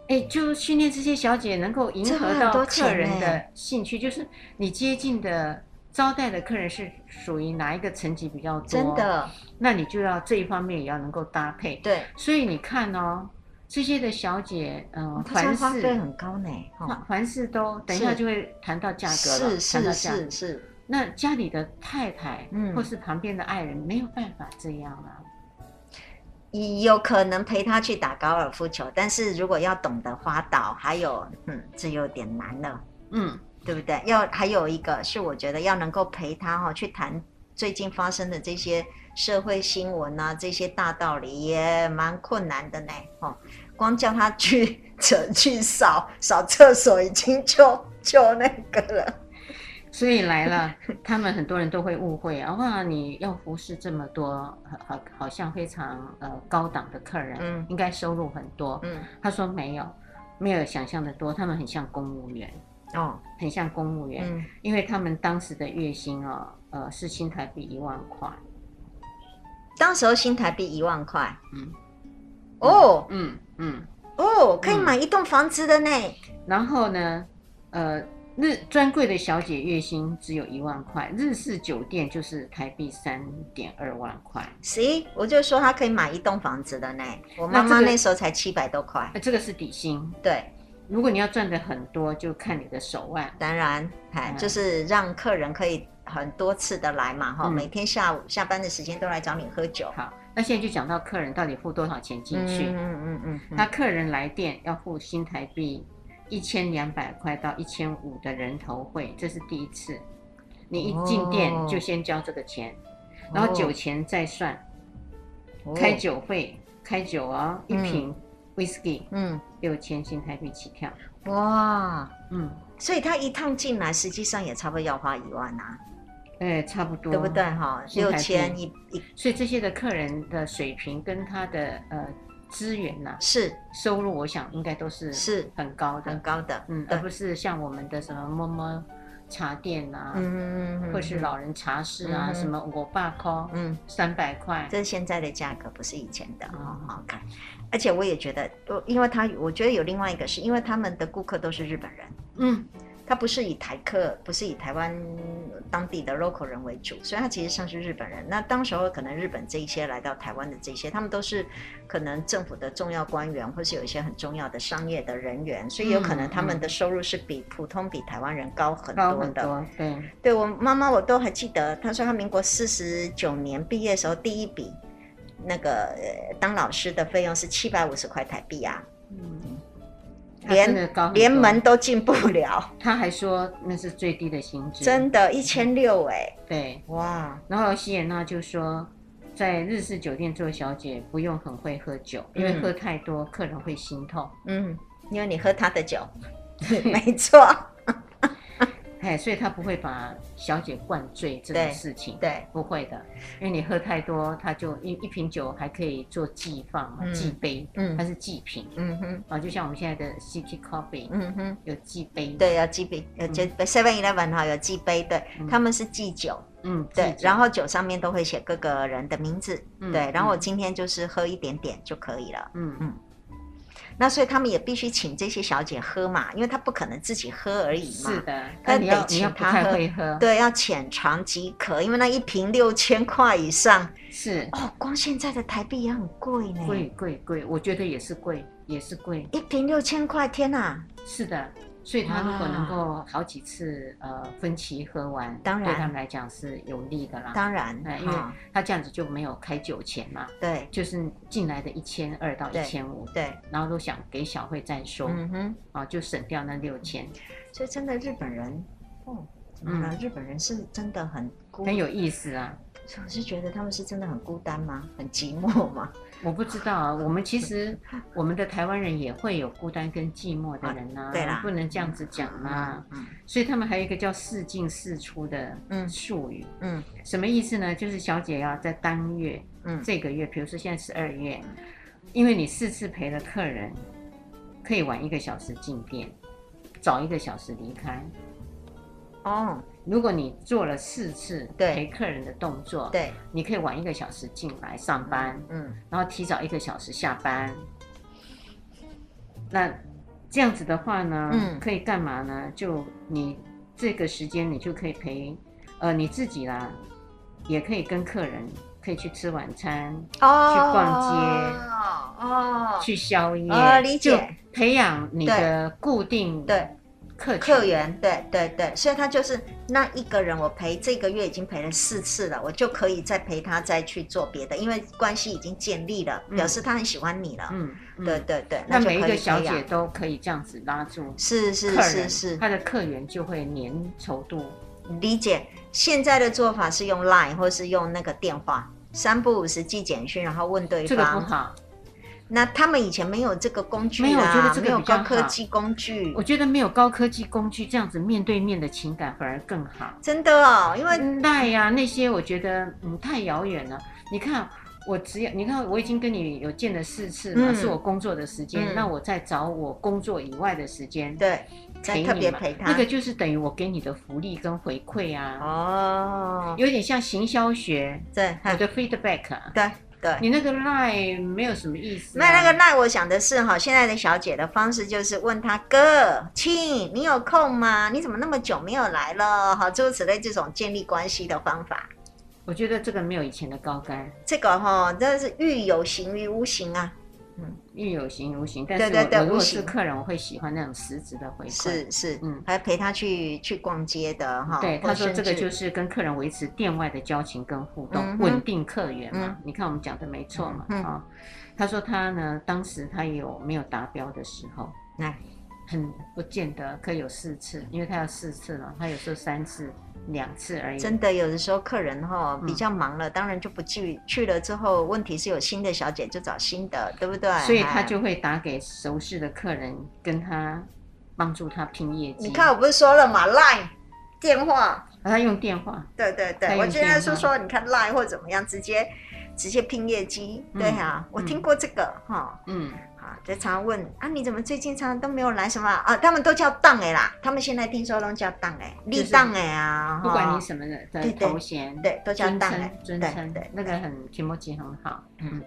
S1: 哎，就训练这些小姐能够迎
S2: 这花
S1: 合
S2: 很
S1: 到
S2: 多
S1: 客
S2: 钱
S1: 人的
S2: 欸
S1: 兴趣，就是你接近的招待的客人是属于哪一个层级比较多，
S2: 真，的，
S1: 那你就要这一方面也要能够搭配。
S2: 对，
S1: 所以你看哦，这些的小姐，嗯、呃，
S2: 她这
S1: 凡
S2: 样花费
S1: 事
S2: 很高呢，哦，
S1: 凡事都等一
S2: 是
S1: 下就会谈到价格了，
S2: 是
S1: 谈到
S2: 是
S1: 价格
S2: 是是，
S1: 那家里的太太，
S2: 嗯
S1: 或是旁边的爱人，没有办法这样啊。
S2: 有可能陪他去打高尔夫球，但是如果要懂得花道，还有嗯，这有点难了，
S1: 嗯，
S2: 对不对？要还有一个是，我觉得要能够陪他哈、哦、去谈最近发生的这些社会新闻啊，这些大道理也蛮困难的呢。哦，光叫他去扯去扫扫厕所，已经就就那个了。
S1: 所以来 了，他们很多人都会误会啊，哇，你要服侍这么多，好好好像非常呃高档的客人，
S2: 嗯
S1: 应该收入很多。
S2: 嗯，
S1: 他说没有，没有想象的多，他们很像公务员，
S2: 哦，
S1: 很像公务员，
S2: 嗯，
S1: 因为他们当时的月薪哦，呃，是新台币一万块。
S2: 当时候新台币一万块，
S1: 嗯
S2: 哦
S1: 嗯嗯，
S2: 哦，可以买一栋房子的呢。
S1: 然后呢，呃，日专柜的小姐月薪只有一万块，日式酒店就是台币三点二万块，
S2: 行，我就说他可以买一栋房子的呢。我妈
S1: 那
S2: 妈
S1: 这个
S2: 那时候才七百多块，
S1: 呃，这个是底薪。
S2: 对，
S1: 如果你要赚的很多，就看你的手腕。
S2: 当然，哎，
S1: 嗯
S2: 就是让客人可以很多次的来嘛，哈、
S1: 嗯
S2: 每天下午下班的时间都来找你喝酒。
S1: 好，那现在就讲到客人到底付多少钱进去。
S2: 嗯嗯嗯
S1: 那客人来电要付新台币一千两百块到一千五的人头费，这是第一次。你一进店
S2: 哦
S1: 就先交这个钱，
S2: 嗯
S1: 然后酒钱再算，开，酒费，开酒哦，一
S2: 哦嗯
S1: 瓶 whisky
S2: 哦嗯，
S1: 六千新台币起跳。
S2: 哇，
S1: 嗯，
S2: 所以他一趟进来，实际上也差不多要花一万啊，
S1: 哎，差不多，
S2: 对不对？？哈，
S1: 新
S2: 六
S1: 台币
S2: 千一一
S1: 所以这些的客人的水平跟他的呃资源呐、
S2: 是
S1: 收入，我想应该都是
S2: 是
S1: 很高
S2: 很
S1: 的，
S2: 高的，
S1: 嗯，
S2: 对
S1: 而不是像我们的什么么么茶店啊，
S2: 嗯嗯
S1: 或是，老人茶室啊，
S2: 嗯
S1: 什么我爸 call
S2: 嗯。
S1: 三百块，
S2: 这是现在的价格，不是以前的哦
S1: 嗯。
S2: 好看，而且我也觉得，我因为他，我觉得有另外一个是因为他们的顾客都是日本人，
S1: 嗯，
S2: 他不是以台客，不是以台湾当地的 local 人为主，所以他其实上是日本人。那当时候可能日本这一些来到台湾的这些，他们都是可能政府的重要官员，或是有一些很重要的商业的人员，所以有可能他们的收入是比普通比台湾人高很
S1: 嗯高
S2: 多
S1: 很
S2: 的。
S1: 多，对，
S2: 对我妈妈，我都还记得，她说她民国四十九年毕业的时候，第一笔那个、呃、当老师的费用是七百五十块台币啊，
S1: 嗯，他真的
S2: 连
S1: 高很多
S2: 连门，都进不了，
S1: 他还说那是最低的薪资，
S2: 真的，一千六哎，
S1: 对。
S2: 哇，
S1: 然后西妍娜就说，在日式酒店做小姐不用很会喝酒，因为
S2: 嗯
S1: 喝太多客人会心痛。
S2: 嗯，因为你喝他的 酒，没错，
S1: 哎，所以她不会把小姐灌醉这
S2: 对
S1: 种事情，
S2: 对，
S1: 不会的，因为你喝太多，她就一一瓶酒还可以做寄放嘛、
S2: 嗯
S1: 寄杯，
S2: 嗯
S1: 它是寄瓶
S2: 嗯哼，
S1: 啊，就像我们现在的 City Coffee、
S2: 嗯哼。
S1: 有寄杯，，
S2: 对，有寄杯，有寄呃 Seven Eleven 哈，有寄杯，对，
S1: 嗯
S2: 他们是寄酒，
S1: 嗯，
S2: 对
S1: 寄，酒
S2: 然后酒上面都会写各个人的名字，
S1: 嗯
S2: 对，然后我
S1: 嗯
S2: 今天就是喝一点点就可以了，
S1: 嗯
S2: 嗯那所以他们也必须请这些小姐喝嘛，因为她不可能自己喝而已嘛。
S1: 是的，
S2: 但
S1: 你
S2: 得
S1: 要你
S2: 请
S1: 要不
S2: 他
S1: 太
S2: 喝
S1: 会喝，
S2: 对，要浅尝即可，因为那一瓶六千块以上
S1: 是
S2: 哦，光现在的台币也很贵呢。
S1: 贵贵贵，我觉得也是贵，也是贵，
S2: 一瓶六千块，天哪！
S1: 是的。所以他如果能
S2: 哇
S1: 够好几次呃分期喝完，
S2: 啊当
S1: 对
S2: 然
S1: 他们来讲是有利的啦。
S2: 当然
S1: 哎因为
S2: 哈、
S1: 他这样子就没有开酒钱嘛，
S2: 对
S1: 就是进来的一千二到
S2: 对
S1: 一千五，
S2: 对，
S1: 然后都想给小慧再收、
S2: 嗯哼，
S1: 啊，就省掉那六千，
S2: 所以真的日本人，哦，怎么了？日本人是真的很孤，
S1: 嗯很有意思啊。
S2: 所以我是觉得他们是真的很孤单吗？很寂寞吗？
S1: 我不知道啊，我们其 实我们的台湾人也会有孤单跟寂寞的人呐、
S2: 啊对啦
S1: 不能这样子讲啊。
S2: 嗯
S1: 所以他们还有一个叫“四进四出”的
S2: 嗯
S1: 术语，
S2: 嗯
S1: 什么意思呢？就是小姐要在当月
S2: 嗯，
S1: 这个月，比如说现在十二月，因为你四次陪了客人，可以晚一个小时进店，早一个小时离开。
S2: 哦，
S1: 如果你做了四次
S2: 对
S1: 陪客人的动作，
S2: 对，
S1: 你可以晚一个小时进来上班，
S2: 嗯
S1: 然后提早一个小时下班。那这样子的话呢，
S2: 嗯
S1: 可以干嘛呢？就你这个时间，你就可以陪呃你自己啦，也可以跟客人可以去吃晚餐、
S2: 哦，
S1: 去逛街
S2: 哦，
S1: 去宵夜，
S2: 哦理解
S1: 就培养你的固定
S2: 对。
S1: 客群
S2: 客源，对对对，所以他就是那一个人，我陪这个月已经陪了四次了，我就可以再陪他再去做别的，因为关系已经建立了，
S1: 嗯
S2: 表示他很喜欢你了。
S1: 嗯，嗯
S2: 对。对对，
S1: 那
S2: 就可
S1: 每
S2: 以
S1: 一个小
S2: 培养
S1: 姐都可以这样子拉住
S2: 是是
S1: 客人，
S2: 是是，
S1: 她的客源就会粘稠度
S2: 理解。现在的做法是用 Line 或是用那个电话，三不五时寄简讯，然后问对
S1: 这个不
S2: 方。
S1: 好，
S2: 那他们以前没有这个工具
S1: 没有我觉
S2: 啦
S1: 得，这个
S2: 没有
S1: 比较
S2: 高科
S1: 好
S2: 技工具
S1: 我，觉得没有高科技工具，这样子面对面的情感反而更好。
S2: 真的哦，因为
S1: 赖呀、那些，我觉得嗯太遥远了。你看，我只要你看，我已经跟你有见了四次嘛，
S2: 嗯
S1: 是我工作的时间，
S2: 嗯
S1: 那我再找我工作以外的时间
S2: 对，
S1: 陪
S2: 在
S1: 你
S2: 特
S1: 嘛，
S2: 别陪他
S1: 那个就是等于我给你的福利跟回馈啊，
S2: 哦，
S1: 有点像行销学，
S2: 对，
S1: 我
S2: 对
S1: 的 feedback 啊。
S2: 对对。
S1: 你那个赖没有什么意思、啊，
S2: 那那个赖，我想的是哈，现在的小姐的方式就是问他哥亲，你有空吗？你怎么那么久没有来了？哈，诸如此类这种建立关系的方法，
S1: 我觉得这个没有以前的高干，
S2: 这个哈，真的是欲有形于无形啊。
S1: 欲有形无形。但是
S2: 对
S1: 我
S2: 对对
S1: 我如
S2: 无
S1: 果
S2: 形
S1: 是客人，我会喜欢那种实质的回馈。
S2: 是是，
S1: 嗯
S2: 还陪他去去逛街的哈。
S1: 对，
S2: 或
S1: 他说
S2: 甚
S1: 这个
S2: 至
S1: 就是跟客人维持店外的交情跟互动，
S2: 嗯哼
S1: 稳定客源嘛。
S2: 嗯
S1: 你看我们讲的没错嘛，啊、
S2: 嗯
S1: 他说他呢，当时他也有没有达标的时候，
S2: 来
S1: 很不见得可以有四次，因为他要四次了，他有时候三次、两次而已。
S2: 真的有的时候客人哈
S1: 嗯
S2: 嗯比较忙了，当然就不去去了之后，问题是有新的小姐就找新的，对不对？
S1: 所以他
S2: 哎
S1: 就会打给熟识的客人，跟他帮助他拼业绩。
S2: 你看，我不是说了嘛，Line 电话。
S1: 他用电话，
S2: 对对
S1: 在
S2: 对，
S1: 用
S2: 我现在是
S1: 电话
S2: 说，你看 Line 或怎么样，直接直接拼业绩，
S1: 嗯
S2: 对啊，我听过这个哈。
S1: 嗯，
S2: 啊，就常常问啊，你怎么最近常常都没有来什么啊？他们都叫档哎啦，他们现在听说都叫档哎，
S1: 就是
S2: 立档哎啊，
S1: 不管你
S2: 哈
S1: 什么的的
S2: 对对
S1: 头衔，
S2: 对都叫
S1: 尊
S2: 档
S1: 称
S2: 哎，，
S1: 尊
S2: 对
S1: 称
S2: 对，，
S1: 那个很题目集很好，嗯。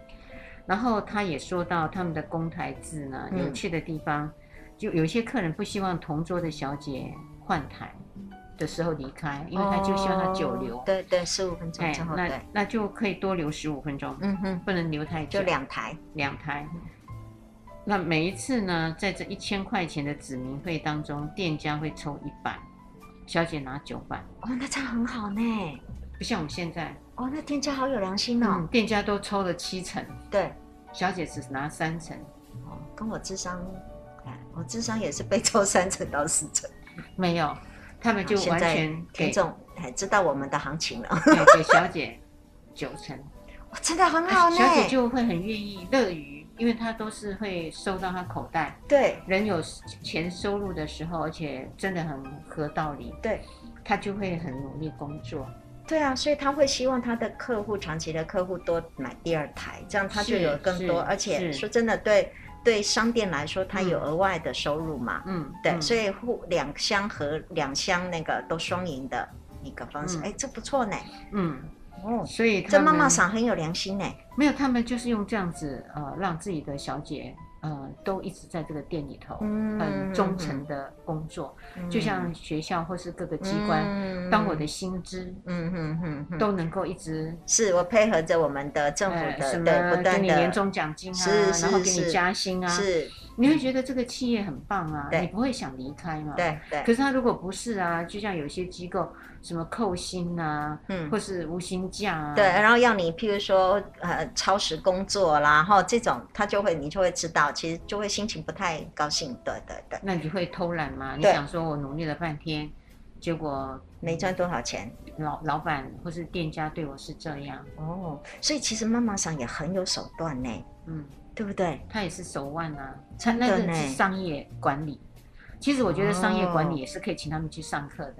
S1: 然后他也说到他们的公台制呢，
S2: 嗯
S1: 有趣的地方，就有些客人不希望同桌的小姐换台的时候离开，因为他就希望她久留
S2: 哦，对对，十五分钟
S1: 哎
S2: 之后，
S1: 那
S2: 对，
S1: 那就可以多留十五分钟，
S2: 嗯哼，
S1: 不能留太久，
S2: 就两台，
S1: 两台。那每一次呢，在这一千块钱的指名费当中，店家会抽一百，小姐拿九百，
S2: 哦，那这样很好呢，
S1: 不像我们现在，
S2: 哦，那店家好有良心
S1: 嗯
S2: 哦，，
S1: 店家都抽了七成，
S2: 对，
S1: 小姐只拿三成，
S2: 哦，跟我智商，哎，我智商也是被抽三成到四成。
S1: 没有，他们就
S2: 现
S1: 完
S2: 在
S1: 全给
S2: 田总哎知道我们的 行情了，
S1: 对给小姐 九成，哦
S2: 哇真的很好呢。
S1: 小姐就会很愿意乐于，因为她都是会收到她口袋，
S2: 对
S1: 人有钱收入的时候，而且真的很合道理，
S2: 对
S1: 她就会很努力工作，
S2: 对啊，所以他会希望他的客户长期的客户多买第二台，这样他就是有更
S1: 是
S2: 多，而且
S1: 是
S2: 说真的，对对商店来说，他有额外的收入嘛。
S1: 嗯，
S2: 对，
S1: 嗯
S2: 所以互两相和两相那个都双赢的一个方式，
S1: 嗯
S2: 哎、这不错呢。
S1: 嗯，
S2: 哦，
S1: 所以他
S2: 这
S1: 们
S2: 妈妈桑很有良心呢。
S1: 没有，他们就是用这样子呃，让自己的小姐呃，都一直在这个店里头
S2: 嗯
S1: 很忠诚的工作，就像学校或是各个机关，
S2: 嗯
S1: 当我的薪资
S2: 嗯嗯嗯嗯，
S1: 都能够一直
S2: 是我配合着我们的政府
S1: 呃
S2: 的
S1: 什么
S2: 对不
S1: 给
S2: 断
S1: 你年
S2: 的，
S1: 终奖金啊
S2: 是，是
S1: 然后给
S2: 是
S1: 你加薪啊，
S2: 是，
S1: 你会觉得这个企业很棒啊，
S2: 对
S1: 你不会想离开嘛？。
S2: 对对，
S1: 可是他如果不是啊，就像有些机构什么扣薪啊，
S2: 嗯
S1: 或是无薪假啊，
S2: 对，然后要你譬如说呃超时工作啦，然后这种他就会你就会知道，其实就会心情不太高兴。对对对，
S1: 那你会偷懒吗？你
S2: 对
S1: 想说我努力了半天，结果
S2: 没赚多少钱
S1: 老老板或是店家对我是这样，
S2: 哦，所以其实妈妈桑也很有手段呢，
S1: 嗯，
S2: 对不对？
S1: 他也是手腕啊，他
S2: 真
S1: 那
S2: 的
S1: 个是
S2: 呢
S1: 商业管理。其实我觉得商业管
S2: 哦
S1: 理也是可以请他们去上课的，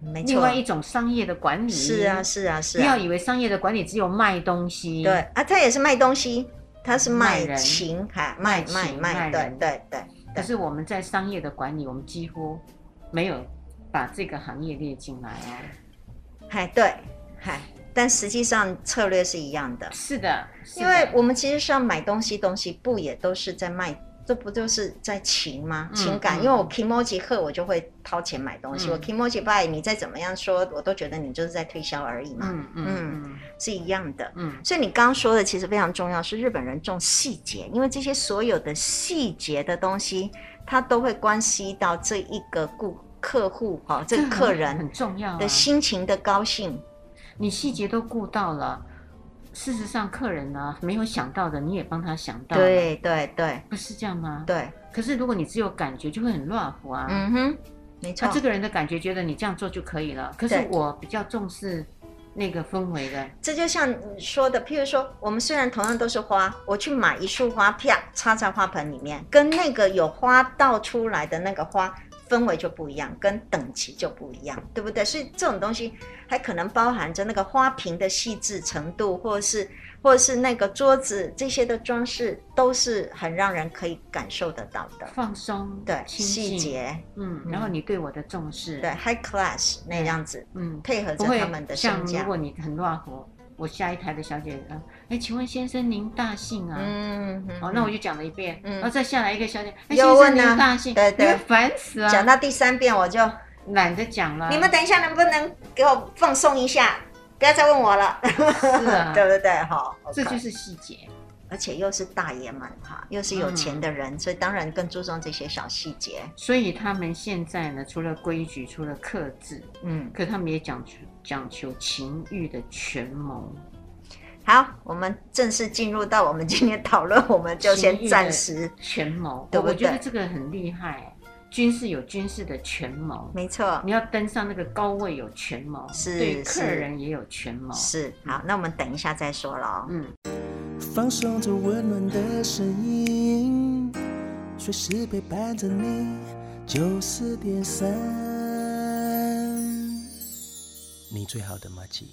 S2: 没
S1: 另
S2: 错，
S1: 外一种商业的管理
S2: 是啊是啊是
S1: 不要
S2: 啊，
S1: 以为商业的管理只有卖东西，
S2: 对，啊，他也是卖东西，他是
S1: 卖
S2: 卖
S1: 人
S2: 情哈，卖
S1: 卖
S2: 卖
S1: 情
S2: 卖，
S1: 卖
S2: 对
S1: 人
S2: 对对，
S1: 可是我们在商业的管理，我们几乎没有把这个行业列进来哦。
S2: 嗨哎对嗨，但实际上策略是一样的。
S1: 是的，是
S2: 因
S1: 的
S2: 为我们其实上买东西，东西不也都是在卖，这不就是在情吗？
S1: 嗯
S2: 情感，
S1: 嗯
S2: 因为我 kimoji 喝，我就会掏钱买东西；
S1: 嗯
S2: 我 kimoji buy，你再怎么样说，我都觉得你就是在推销而已嘛，
S1: 嗯嗯
S2: 是一样的。
S1: 嗯
S2: 所以你刚刚说的其实非常重要，是日本人重细节，因为这些所有的细节的东西，它都会关系到这一个顾客户哈、哦，这个
S1: 很
S2: 客 人
S1: 很重要、啊。
S2: 的心情的高兴。
S1: 你细节都顾到了，事实上客人呢、没有想到的，你也帮他想到，，
S2: 对对对
S1: 不是这样吗？。
S2: 对，
S1: 可是如果你只有感觉，就会很乱乎啊。
S2: 嗯哼，没错
S1: 那。这个人的感觉，觉得你这样做就可以了。可是
S2: 对
S1: 我比较重视那个氛围的，
S2: 这就像你说的，譬如说，我们虽然同样都是花，我去买一束花，啪插在花盆里面，跟那个有花倒出来的那个花氛围就不一样，跟等级就不一样，对不对？所以这种东西还可能包含着那个花瓶的细致程度，或者是或者是那个桌子这些的装饰，都是很让人可以感受得到的。
S1: 放松，
S2: 呃对，
S1: 亲
S2: 细
S1: 近，
S2: 节，
S1: 嗯，然后你对我的重视，
S2: 对，high class 那样子，
S1: 嗯，
S2: 配合
S1: 不
S2: 着
S1: 会
S2: 他们的
S1: 像如
S2: 身价。
S1: 果你很乱活，我下一台的小姐，嗯，哎，请问先生您大姓啊？
S2: 嗯，嗯
S1: 哦，那我就讲了一遍，
S2: 嗯
S1: 然后再下来一个小姐，哎，先
S2: 又问
S1: 生您
S2: 啊
S1: 大姓，
S2: 对对
S1: 你会烦死啊！
S2: 讲到第三遍我就。
S1: 懒得讲了，
S2: 你们等一下能不能给我放松一下？不要再问我了，
S1: 是啊，
S2: 对不对？好，
S1: 这就
S2: OK
S1: 是细节，
S2: 而且又是大爷们哈，又是有钱的人，所以当然更注重这些小细节。
S1: 所以他们现在呢，除了规矩，除了克制，
S2: 嗯，
S1: 可他们也讲求讲求情欲的权谋，
S2: 好，我们正式进入到我们今天讨论，我们就先
S1: 嗯
S2: 暂时，
S1: 权谋，
S2: 对
S1: 我
S2: 不
S1: 我觉得
S2: 对
S1: 这个很厉害，军事有军事的权谋，
S2: 没错，
S1: 你要登上那个高位有权谋，
S2: 是
S1: 对客
S2: 是
S1: 人也有权谋。
S2: 是好，那我们等一下再说了哦。
S1: 嗯，
S3: 放松着温暖的声音，随时陪伴着你，九四点三，你最好的马吉。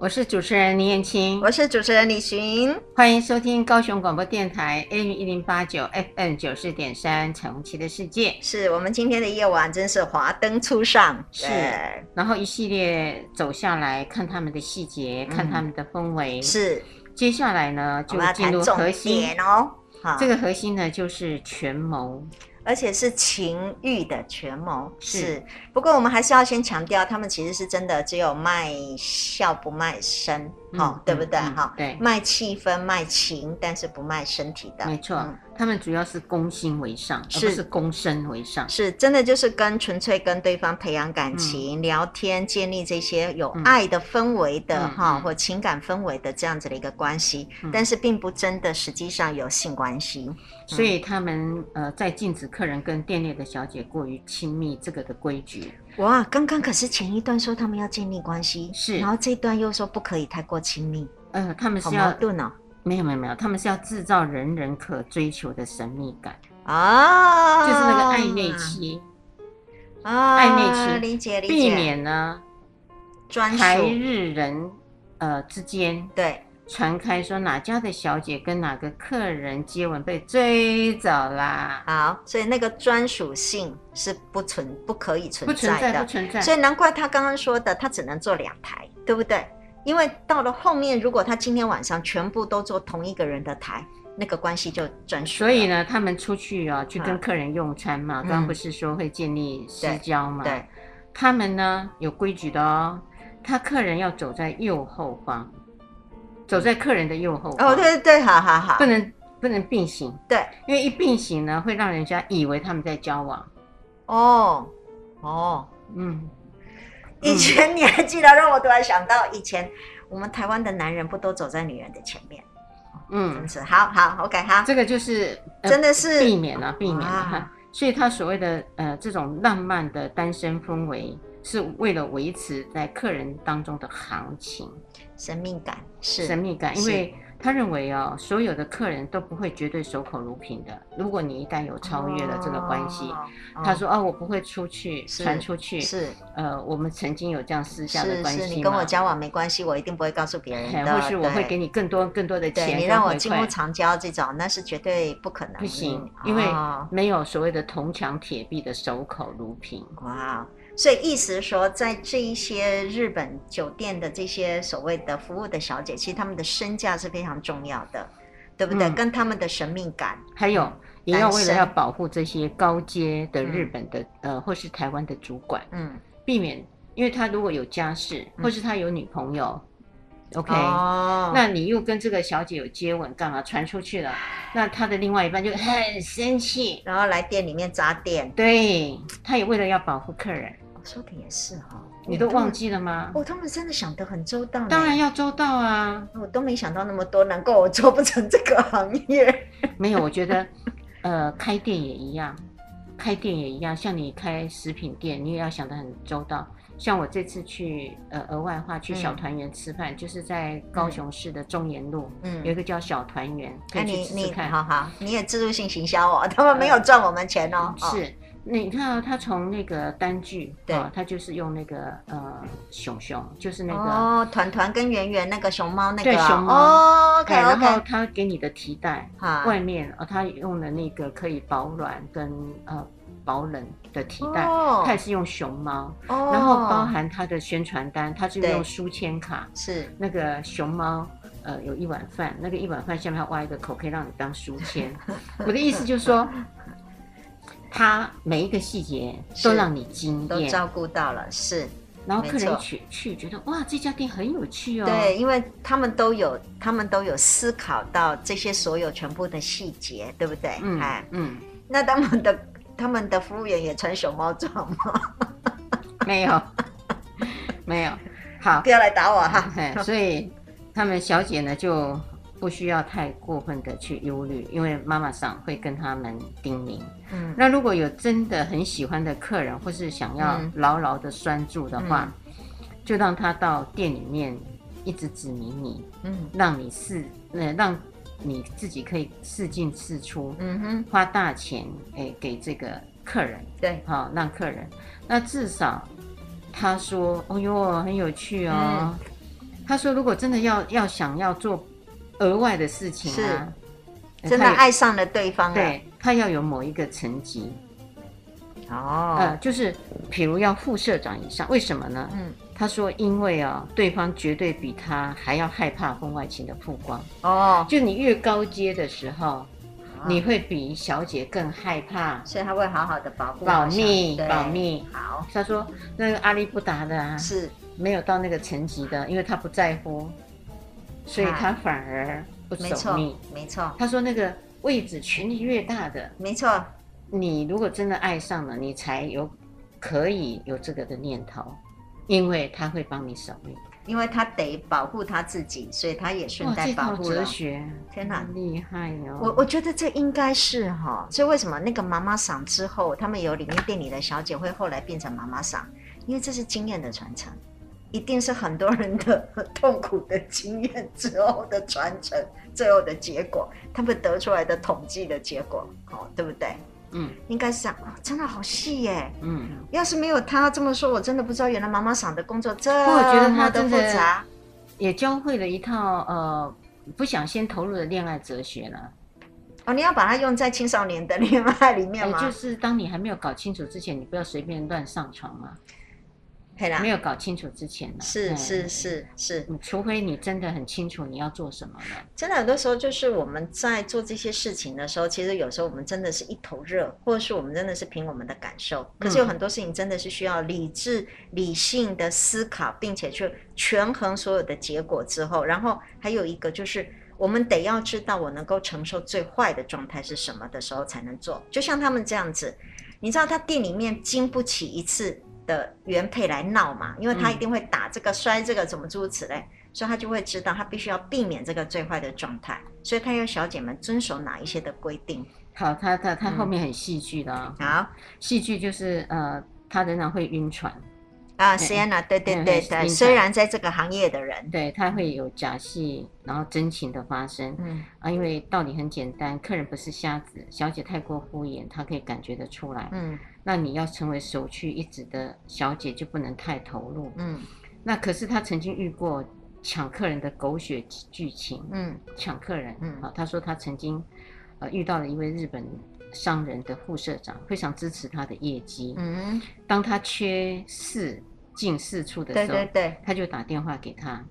S1: 我是主持人林燕青
S2: 我，是主持人李寻，
S1: 欢迎收听高雄广播电台 AM 一零八九 FM 九四点三《彩虹旗的世界》，
S2: 是我们今天的夜晚真是华灯初上，
S1: 是
S2: 对
S1: 然后一系列走下来，看他们的细节，
S2: 嗯
S1: 看他们的氛围。，
S2: 是，
S1: 接下来呢
S2: 我
S1: 就
S2: 们要
S1: 进
S2: 谈
S1: 入
S2: 重
S1: 核心，
S2: 点哦。好，
S1: 这个核心呢就是权谋，
S2: 而且是情欲的权谋。
S1: 是
S2: 不过我们还是要先强调，他们其实是真的只有卖笑不卖身，
S1: 嗯
S2: 哦，对不对？
S1: 嗯嗯
S2: 哈、
S1: 对
S2: 卖气氛、卖情，但是不卖身体的。
S1: 没错，
S2: 嗯
S1: 他们主要是攻心为上，而
S2: 是
S1: 不是攻身为上。
S2: 是真的，就是跟纯粹跟对方培养感情、聊天，建立这些有
S1: 嗯
S2: 爱的氛围的
S1: 嗯
S2: 哈、
S1: 嗯
S2: 或情感氛围的这样子的一个关系，
S1: 嗯
S2: 但是并不真的实际上有性关系。
S1: 所以他们呃在禁止客人跟店内的小姐过于亲密这个的规矩，
S2: 哇，刚刚可是前一段说他们要建立关系，
S1: 是
S2: 然后这一段又说不可以太过亲密，
S1: 呃，他们
S2: 好
S1: 是
S2: 矛
S1: 要
S2: 盾哦。
S1: 没有没有没有，他们是要制造人人可追求的神秘感，
S2: 啊，
S1: 就是那个暧昧期，
S2: 啊，
S1: 暧昧期
S2: 理解理解，
S1: 避免呢
S2: 专属，
S1: 台日人呃之间
S2: 对，
S1: 传开说哪家的小姐跟哪个客人接吻被追走啦，
S2: 好，所以那个专属性是不存不可以
S1: 不
S2: 存
S1: 存
S2: 在
S1: 在
S2: 的，
S1: 不存在，
S2: 所以难怪他刚刚说的，他只能做两台，对不对？因为到了后面，如果他今天晚上全部都做同一个人的台，那个关系就转疏
S1: 所
S2: 了。
S1: 以呢，他们出去啊，去
S2: 啊
S1: 跟客人用餐嘛，刚
S2: 嗯
S1: 刚不是说会建立私交嘛？
S2: 对，
S1: 他们呢有规矩的哦，他客人要走在右后方，走在客人的右后方，
S2: 哦，，对对对，好好好
S1: 不，能不能并行，
S2: 对，
S1: 因为一并行呢，会让人家以为他们在交往。
S2: 哦哦，
S1: 嗯，
S2: 以前你还记得，让我突然想到以前我们台湾的男人不都走在女人的前面，真
S1: 嗯，
S2: 是好好 OK 好，
S1: 这个就是、呃
S2: 真的是
S1: 避免了、避免了、
S2: 啊
S1: 哈。所以他所谓的呃这种浪漫的单身氛围，是为了维持在客人当中的行情、
S2: 神秘感是
S1: 神秘感，因
S2: 是
S1: 为他认为哦，所有的客人都不会绝对守口如瓶的。如果你一旦有超越了这个关系，
S2: 哦
S1: 他说啊，我不会出去
S2: 是
S1: 传出去，
S2: 是
S1: 呃，我们曾经有这样私下的
S2: 是
S1: 关系
S2: 是，
S1: 嘛
S2: 你跟我交往没关系，我一定不会告诉别人
S1: 哎
S2: 的，
S1: 或是我会
S2: 对
S1: 给。你更多更多的
S2: 对
S1: 钱，
S2: 你让我进屋长交这种，那是绝对不可能，
S1: 不行，因为
S2: 哦
S1: 没有所谓的铜墙铁壁的守口如瓶。
S2: 哇，哦所以意思是说，在这一些日本酒店的这些所谓的服务的小姐，其实她们的身价是非常重要的，对不对？
S1: 嗯
S2: 跟她们的神秘感，
S1: 还有，也要为了
S2: 男生
S1: 要保护这些高阶的
S2: 嗯
S1: 日本的、呃或是台湾的主管，
S2: 嗯
S1: 避免，因为他如果有家室，
S2: 嗯
S1: 或是他有女朋友、o k
S2: 哦
S1: 那你又跟这个小姐有接吻，干嘛传出去了？那他的另外一半就很生气，
S2: 然后来店里面砸店，
S1: 对，他也为了要保护客人，
S2: 我说的也是哈、哦，
S1: 你都忘
S2: 记
S1: 记了吗？
S2: 哦，他们真的想得很周到呢，
S1: 当然要周到啊。
S2: 我都没想到那么多，难怪我做不成这个行业。
S1: 没有，我觉得， 呃，开店也一样，开店也一样。像你开食品店，你也要想得很周到。像我这次去呃额外话去小
S2: 嗯
S1: 团圆吃饭，就是在高雄市的中研路、有一
S2: 嗯，
S1: 个叫小团圆，可
S2: 那
S1: 以去
S2: 你
S1: 吃吃
S2: 你
S1: 看。呃
S2: 好好，你也自助性行销哦，他们没有赚我们钱哦，哦
S1: 是，你看啊，他从那个单据，
S2: 对
S1: 啊他就是用那个呃熊熊，就是那个。
S2: 哦，团团跟圆圆那个熊猫那个
S1: 对
S2: 啊
S1: 熊猫
S2: 哦，OK
S1: 哎然后
S2: OK，
S1: 他给你的提袋，
S2: 好
S1: 外面哦，他用的那个可以保暖跟呃保冷的提袋，
S2: 哦
S1: 它也是用熊猫，
S2: 哦
S1: 然后包含它的宣传单，它是
S2: 对
S1: 用书签卡，
S2: 是
S1: 那个熊猫。呃，有一碗饭，那个一碗饭下面要挖一个口，可以让你当书 签。我的意思就是说，它每一个细节都
S2: 是
S1: 让你惊
S2: 都
S1: 艳，
S2: 照顾到了，是、
S1: 然后
S2: 没
S1: 客人
S2: 错
S1: 去去觉得哇，这家店很有趣哦。
S2: 对，因为他们都有，他们都有思考到这些所有全部的细节，对不对？
S1: 嗯
S2: 哎，
S1: 嗯，
S2: 那他们的他们的服务员也穿熊猫装吗？
S1: 没有 没有，好
S2: 不，要来打我 啊哈。
S1: 哎，所以他们小姐呢就不需要太过分的去忧虑，因为妈妈桑会跟他们叮咛。
S2: 嗯，
S1: 那如果有真的很喜欢的客人，或是想要
S2: 嗯
S1: 牢牢的拴住的话，就让他到店里面一直指明你，
S2: 嗯
S1: 让你试，呃，让你自己可以试进试出，
S2: 嗯哼，
S1: 花大钱哎给这个客人，
S2: 对，
S1: 好、让客人。那至少他说，哦哟，很有趣
S2: 嗯
S1: 哦。他说，如果真的要要想要做额外的事情啊，呃
S2: 真的
S1: 他也
S2: 爱上了对方了。，
S1: 对他要有某一个层级，呃，
S2: 哦，
S1: 就是比如要副社长以上，为什么呢？
S2: 嗯，
S1: 他说，因为啊、对方绝对比他还要害怕婚外情的曝光。
S2: 哦，
S1: 就你越高阶的时候，
S2: 啊
S1: 你会比小姐更害怕
S2: 所以他会好好的保护
S1: 保
S2: 好小
S1: 密，
S2: 对
S1: 保密。
S2: 好，
S1: 他说，那个阿里不达的啊，
S2: 是
S1: 没有到那个层级的，因为他不在乎，所以他反而不
S2: 没错
S1: 守密。，
S2: 没错，
S1: 他说那个位置权力越大的，
S2: 没错，
S1: 你如果真的爱上了，你才有可以有这个的念头，因为他会帮你守密。
S2: 因为他得保护他自己，所以他也顺
S1: 哇，
S2: 带
S1: 这
S2: 保
S1: 套
S2: 护
S1: 哲
S2: 了。
S1: 学，
S2: 天哪
S1: 厉害哦！
S2: 我我觉得这应该是哈、所以为什么那个妈妈桑之后，他们有里面店里的小姐会后来变成妈妈桑，因为这是经验的传承，一定是很多人的 痛苦的经验之后的传承，最后的结果，他们得出来的统计的结果，哦，对不对？
S1: 嗯
S2: 应该是这样，哦、真的好细耶。
S1: 嗯，
S2: 要是没有他这么说，我真的不知道原来妈妈桑的工作这
S1: 我觉得
S2: 么
S1: 她
S2: 的
S1: 真
S2: 复
S1: 的
S2: 杂。
S1: 也教会了一套呃不想先投入的恋爱哲学了。
S2: 哦，你要把它用在青少年的恋爱里面
S1: 也
S2: 吗？
S1: 就是当你还没有搞清楚之前，你不要随便乱上床嘛。
S2: 嘿啦
S1: 啊没，有搞清楚之前呢。
S2: 啊是
S1: 嗯
S2: 是，是是，
S1: 嗯除非你真的很清楚你要做什么了。
S2: 真的很多时候就是我们在做这些事情的时候，其实有时候我们真的是一头热，或者是我们真的是凭我们的感受。可是有很多事情真的是需要理智、理性的思考，并且去权衡所有的结果之后，然后还有一个就是。我们得要知道我能够承受最坏的状态是什么的时候才能做，就像他们这样子，你知道他店里面经不起一次的原配来闹嘛，因为他
S1: 嗯
S2: 一定会打这个摔这个，怎么诸如此类，所以他就会知道他必须要避免这个最坏的状态，所以他要小姐们遵守哪一些的规定。
S1: 好，他他他
S2: 嗯
S1: 后面很戏剧的啊，
S2: 好
S1: 戏剧就是呃，他仍然会晕船，
S2: 啊
S1: 对
S2: ，Sienna，对对
S1: 嗯
S2: 对
S1: 很
S2: 对，
S1: 明
S2: 虽
S1: 白
S2: 然在这个行业的人，
S1: 对他会有假戏，然后真情的发生
S2: 嗯
S1: 啊，因为道理很简单，客人不是瞎子，小姐太过敷衍，他可以感觉得出来。
S2: 嗯
S1: 那你要成为首屈一指的小姐，就不能太投入。
S2: 嗯
S1: 那可是他曾经遇过抢客人的狗血剧情，
S2: 嗯
S1: 抢客人。
S2: 嗯
S1: 啊，他说他曾经呃遇到了一位日本商人的副社长，非常支持他的业绩。
S2: 嗯，
S1: 当他缺四进四处的时
S2: 对
S1: 候，
S2: 对对，
S1: 他就打电话给他，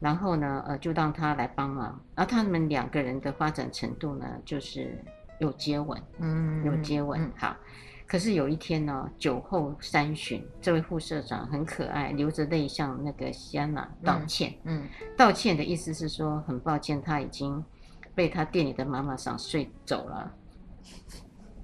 S1: 然后呢，呃，就让他来帮忙。然后他们两个人的发展程度呢，就是有接吻，
S2: 嗯，
S1: 有接吻。
S2: 嗯
S1: 好，可是有一天呢，酒后三巡，这位副社长很可爱，流着泪向那个西安娜道歉。
S2: 嗯
S1: 道歉的意思是说，很抱歉，他已经被他店里的妈妈赏睡走了。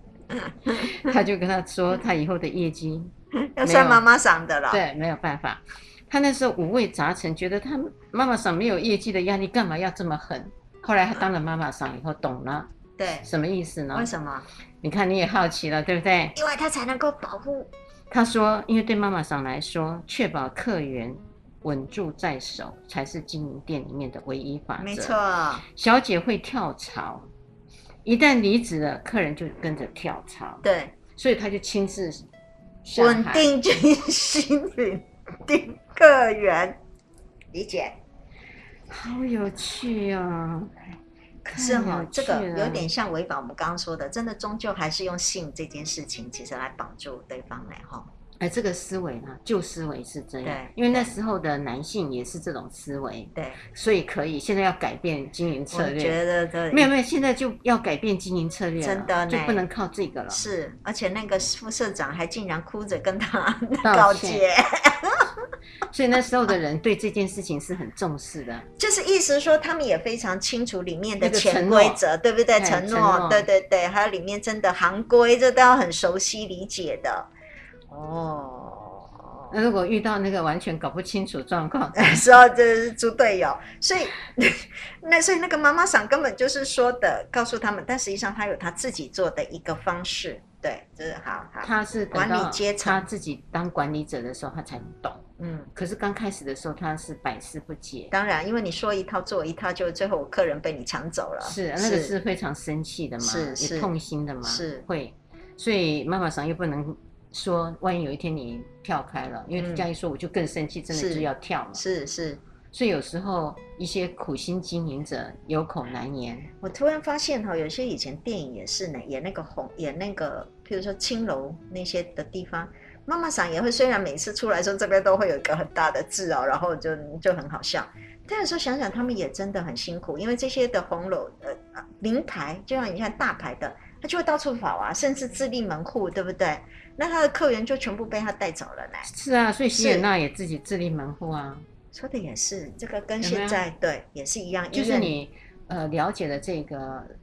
S1: 他就跟他说，他以后的业绩
S2: 嗯，要
S1: 没
S2: 算
S1: 有
S2: 妈妈赏的了，，
S1: 对，没有办法。他那时候五味杂陈，觉得他妈妈桑没有业绩的压力，干嘛要这么狠？后来他当了妈妈桑以后，懂了
S2: 对，
S1: 什么意思呢
S2: 为？什么？
S1: 你看你也好奇了，对不对？
S2: 因为他才能够保护，
S1: 他说，因为对妈妈桑来说，确保客源稳住在手才是经营店里面的唯一法则。
S2: 没错，，
S1: 小姐会跳槽，一旦离职了，客人就跟着跳槽，
S2: 对，
S1: 所以他就亲自下
S2: 稳
S1: 海
S2: 定军心，稳定个 人，理解。
S1: 好有趣哦！
S2: 可是哈、
S1: 太有
S2: 这个
S1: 趣了
S2: 有点像违反我们刚刚说的，真的终究还是用性这件事情，其实来绑住对方嘞哈。
S1: 哎，这个思维呢，旧思维是这样
S2: 对，
S1: 因为那时候的男性也是这种思维，
S2: 对，
S1: 所以可以现在要改变经营
S2: 我
S1: 策略。
S2: 觉得对，
S1: 没有没有，现在就要改变经营策略了，
S2: 真的呢
S1: 就不能靠这个了。
S2: 是，而且那个副社长还竟然哭着跟他 告
S1: 道歉
S2: 诫，
S1: 所以那时候的人对这件事情是很重视的。
S2: 就是意思说他们也非常清楚里面的
S1: 那个
S2: 潜
S1: 承诺
S2: 规则，对不对？
S1: 哎
S2: 承
S1: 承
S2: 诺，
S1: 诺
S2: 对对对，还有里面真的行规，这都要很熟悉理解的。哦，
S1: 那如果遇到那个完全搞不清楚状况，
S2: 时候就是猪队友，所以 那所以那个妈妈桑根本就是说的告诉他们，但实际上他有他自己做的一个方式，对，就是好好，
S1: 他是等
S2: 管
S1: 到
S2: 理阶层
S1: 他自己当管理者的时候，他才懂。
S2: 嗯，
S1: 可是刚开始的时候，他是百思不解，
S2: 当然，因为你说一套做一套，就最后我客人被你抢走了，
S1: 是那个是非常生气的嘛，
S2: 是是
S1: 也痛心的嘛，
S2: 是
S1: 会，所以妈妈桑又不能说，万一有一天你跳开了，因
S2: 嗯
S1: 为这样一说我就更生气，真的
S2: 是
S1: 就要跳了。
S2: 是是，
S1: 所以有时候一些苦心经营者有口难言，
S2: 我突然发现哈、有些以前电影也是呢，演那个红，演那个，譬如说青楼那些的地方，妈妈桑也会，虽然每次出来说这边都会有一个很大的字哦，然后就就很好笑。但有时候想想，他们也真的很辛苦，因为这些的红楼呃呃名牌，就像你看大牌的，他就会到处跑啊，甚至自立门户，对不对？那他的客源就全部被他带走了呢。
S1: 是啊，所以
S2: 是
S1: 希尔纳也自己自立门户啊，
S2: 说的也是，这个跟
S1: 有没
S2: 现
S1: 有
S2: 在对也是一样，
S1: 就
S2: 医
S1: 是
S2: 院
S1: 你呃了解了这个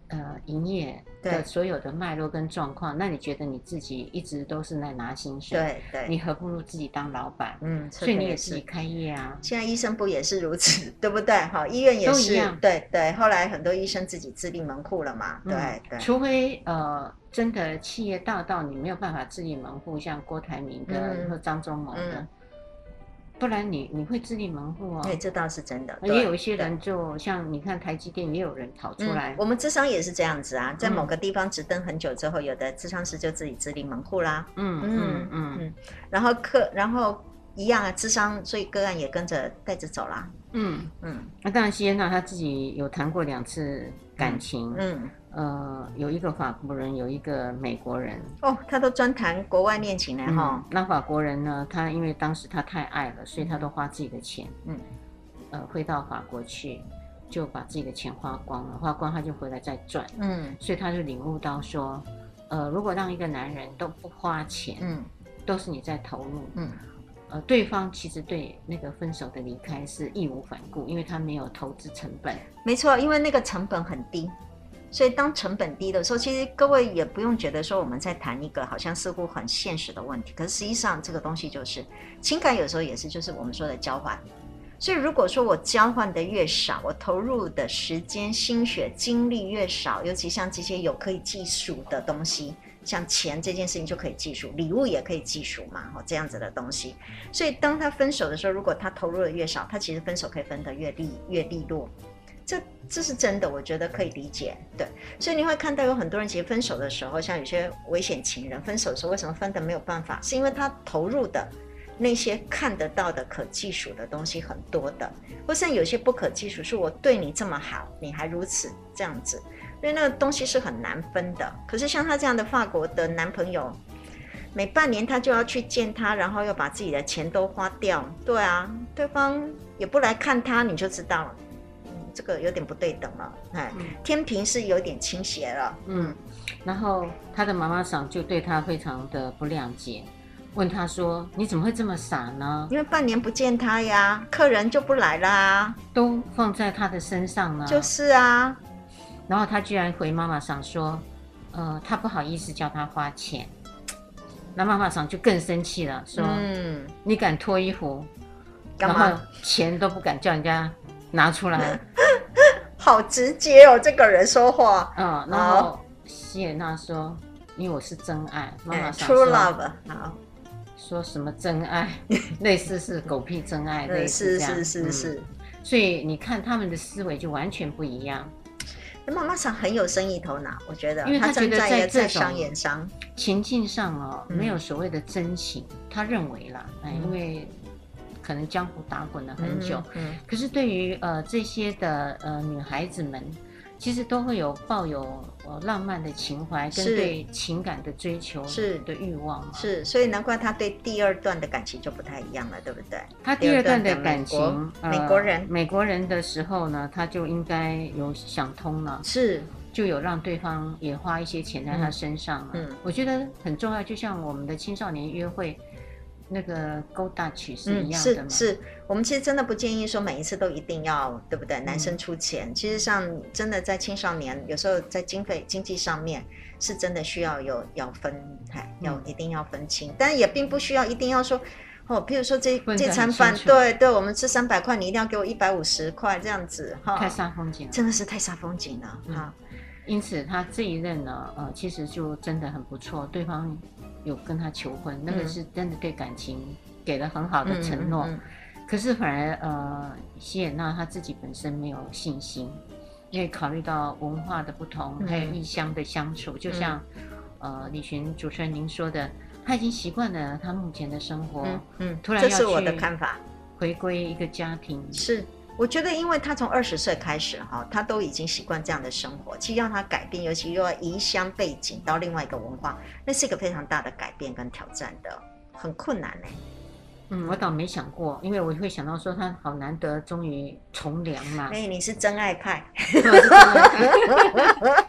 S1: 呃营业
S2: 对
S1: 的所有的脉络跟状况，那你觉得你自己一直都是在拿薪水，
S2: 对对，
S1: 你何不如自己当老板？
S2: 嗯，
S1: 所以
S2: 说
S1: 你
S2: 的
S1: 也
S2: 也
S1: 自
S2: 是
S1: 己。开业啊，
S2: 现在医生不也是如此， 对不对？哈，医院也
S1: 都一
S2: 是
S1: 样，
S2: 对对。后来很多医生自己自立门户了嘛，对、
S1: 嗯
S2: 对。
S1: 除非呃，真的企业大到你没有办法自立门户，像郭台铭的
S2: 嗯
S1: 或张忠谋的
S2: 嗯，
S1: 不然你你会自立门户哦
S2: 对，。哎这倒是真的。对
S1: 也有一些人就像你看台积电，也有人跑出来
S2: 嗯，我们智商也是这样子啊，在
S1: 嗯
S2: 某个地方只登很久之后，有的智商师就自己自立门户啦，
S1: 嗯
S2: 嗯
S1: 嗯嗯，
S2: 然后客，然后一样啊，智商，所以个案也跟着带着走啦，
S1: 嗯，
S2: 嗯
S1: 那当然，西恩娜她自己有谈过两次感情，
S2: 嗯，
S1: 呃，有一个法国人，有一个美国人。
S2: 哦，他都专谈国外恋情呢哈
S1: 嗯，，那法国人呢，他因为当时他太爱了，所以他都花自己的钱，
S2: 嗯，
S1: 呃，回到法国去，就把自己的钱花光了，花光他就回来再赚，
S2: 嗯
S1: 所以他就领悟到说，呃，如果让一个男人都不花钱，
S2: 嗯
S1: 都是你在投入，
S2: 嗯
S1: 呃，对方其实对那个分手的离开是义无反顾，因为他没有投资成本。
S2: 没错，因为那个成本很低，所以当成本低的时候，其实各位也不用觉得说我们在谈一个好像似乎很现实的问题，可是实际上这个东西就是情感，有时候也是就是我们说的交换。所以如果说我交换的越少，我投入的时间、心血、精力越少，尤其像这些有可以计数的东西，像钱这件事情就可以计数，礼物也可以计数嘛，哦，这样子的东西。所以当他分手的时候，如果他投入的越少，他其实分手可以分得越利越利落。这这是真的，我觉得可以理解。对，所以你会看到有很多人其实分手的时候，像有些危险情人分手的时候，为什么分的没有办法？是因为他投入的那些看得到的可计数的东西很多的，或甚至有些不可计数，是我对你这么好，你还如此这样子，所以那个东西是很难分的。可是像她这样的法国的男朋友，每半年她就要去见他，然后又把自己的钱都花掉，对啊，对方也不来看他，你就知道了。嗯这个有点不对等了，哎，
S1: 嗯
S2: 天平是有点倾斜了，
S1: 嗯，然后他的妈妈桑就对他非常的不谅解，问他说：“你怎么会这么傻呢？
S2: 因为半年不见他呀，客人就不来啦，
S1: 都放在他的身上呢？”
S2: 就是啊，
S1: 然后他居然回妈妈桑说：“呃，他不好意思叫他花钱。”那妈妈桑就更生气了，说：“
S2: 嗯，
S1: 你敢脱衣服，
S2: 干
S1: 然
S2: 嘛
S1: 后钱都不敢叫人家拿出来。”
S2: 好直接哦，这个人说话，
S1: 嗯，然后希尔娜说：“因为我是真爱。”妈妈
S2: 嗯
S1: 想
S2: ，true
S1: 说
S2: love，好，
S1: 说什么真 爱，类似是狗屁真爱，类
S2: 嗯，
S1: 似
S2: 是
S1: 这样
S2: 是是。是，
S1: 嗯所以你看他们的思维就完全不一样。
S2: 那哎妈妈桑很有生意头脑，我觉得，
S1: 因为
S2: 她
S1: 她觉
S2: 站
S1: 得
S2: 在
S1: 在
S2: 一个
S1: 这
S2: 在
S1: 种
S2: 商言商，
S1: 情境上哦，
S2: 嗯
S1: 没有所谓的真情，他认为啦，哎，
S2: 嗯
S1: 因为可能江湖打滚了很久。
S2: 嗯，
S1: 可是对于呃这些的呃女孩子们，其实都会有抱有呃浪漫的情怀跟
S2: 是
S1: 对情感的追求
S2: 是
S1: 的欲望嘛
S2: 嗯，是，所以难怪她对第二段的感情就不太一样了，对不对？
S1: 他第二段的感
S2: 第二段
S1: 情，呃
S2: 美国美国人
S1: 美国人的时候呢，他就应该有想通了，
S2: 是，
S1: 就有让对方也花一些钱在他身上了。
S2: 嗯嗯
S1: 我觉得很重要，就像我们的青少年约会那个勾搭曲是一
S2: 嗯，
S1: 样的嘛。
S2: 是是，我们其实真的不建议说每一次都一定要，对不对？男
S1: 嗯
S2: 生出钱，其实上真的在青少年，有时候在经费经济上面是真的需要有要分，哎，要、
S1: 嗯
S2: 一定要分清，但也并不需要一定要说。哦，譬如说这
S1: 分得
S2: 这
S1: 很
S2: 餐
S1: 清
S2: 饭，
S1: 楚
S2: 对对，我们吃三百块，你一定要给我一百五十块这样子哈
S1: 太，煞风景了。
S2: 真的是太煞风景了
S1: 嗯
S2: 哈。
S1: 因此，他这一任呢，呃，其实就真的很不错，对方有跟他求婚，那个
S2: 嗯
S1: 是真的对感情给了很好的承诺。
S2: 嗯嗯
S1: 可是反而呃，希尔娜她自己本身没有信心，因为考虑到文化的不同，
S2: 嗯
S1: 还有异乡的相处，就像、呃李寻主持人您说的，她已经习惯了她目前的生活，
S2: 嗯嗯，
S1: 突然
S2: 这
S1: 要
S2: 是我
S1: 去
S2: 的看法。
S1: 回归一个家庭，
S2: 是，我觉得因为他从二十岁开始哈，他都已经习惯这样的生活，其实让他改变，尤其又要移乡背景到另外一个文化，那是一个非常大的改变跟挑战的，很困难呢、
S1: 嗯，我倒没想过，因为我会想到说她好难得终于从良嘛
S2: 所， 以你是真爱派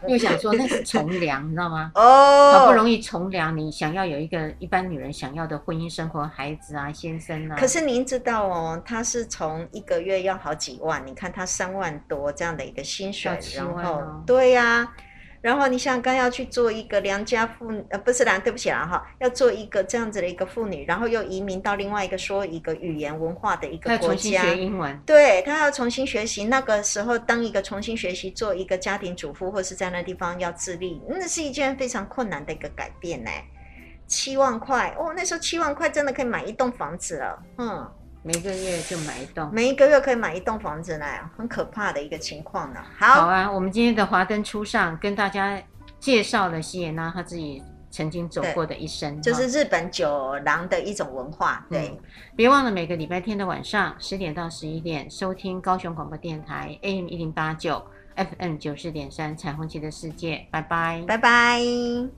S1: 又想说那是从良，你知道吗？
S2: 哦
S1: 好不容易从良，你想要有一个一般女人想要的婚姻生活、孩子啊、先生啊，
S2: 可是您知道哦，他是从一个月要好几万，你看他三万多这样的一个薪水
S1: 要，七
S2: 然
S1: 万
S2: 后、
S1: 哦
S2: 对呀、然后你想想看，要去做一个良家妇女，呃，不是良，对不起啦哈，要做一个这样子的一个妇女，然后又移民到另外一个说一个语言文化的一
S1: 他
S2: 个
S1: 要
S2: 国
S1: 重新
S2: 家，
S1: 学英文，
S2: 对他要重新学习，那个时候当一个重新学习做一个家庭主妇，或是在那地方要自立，那是一件非常困难的一个改变呢。七万块哦，那时候七万块真的可以买一栋房子了，嗯，
S1: 每个月就买一栋。
S2: 每一个月可以买一栋房子呢，很可怕的一个情况呢。
S1: 好啊
S2: 好，
S1: 啊，我们今天的华灯初上跟大家介绍了希耶娜她自己曾经走
S2: 对
S1: 过的一生，
S2: 就是
S1: 哈
S2: 日本酒廊的一种文化，对，
S1: 别忘了每个礼拜天的晚上十点到十一点收听高雄广播电台 AM 一零八九 FM 九四点三《彩虹旗的世界》，拜拜。
S2: 拜拜。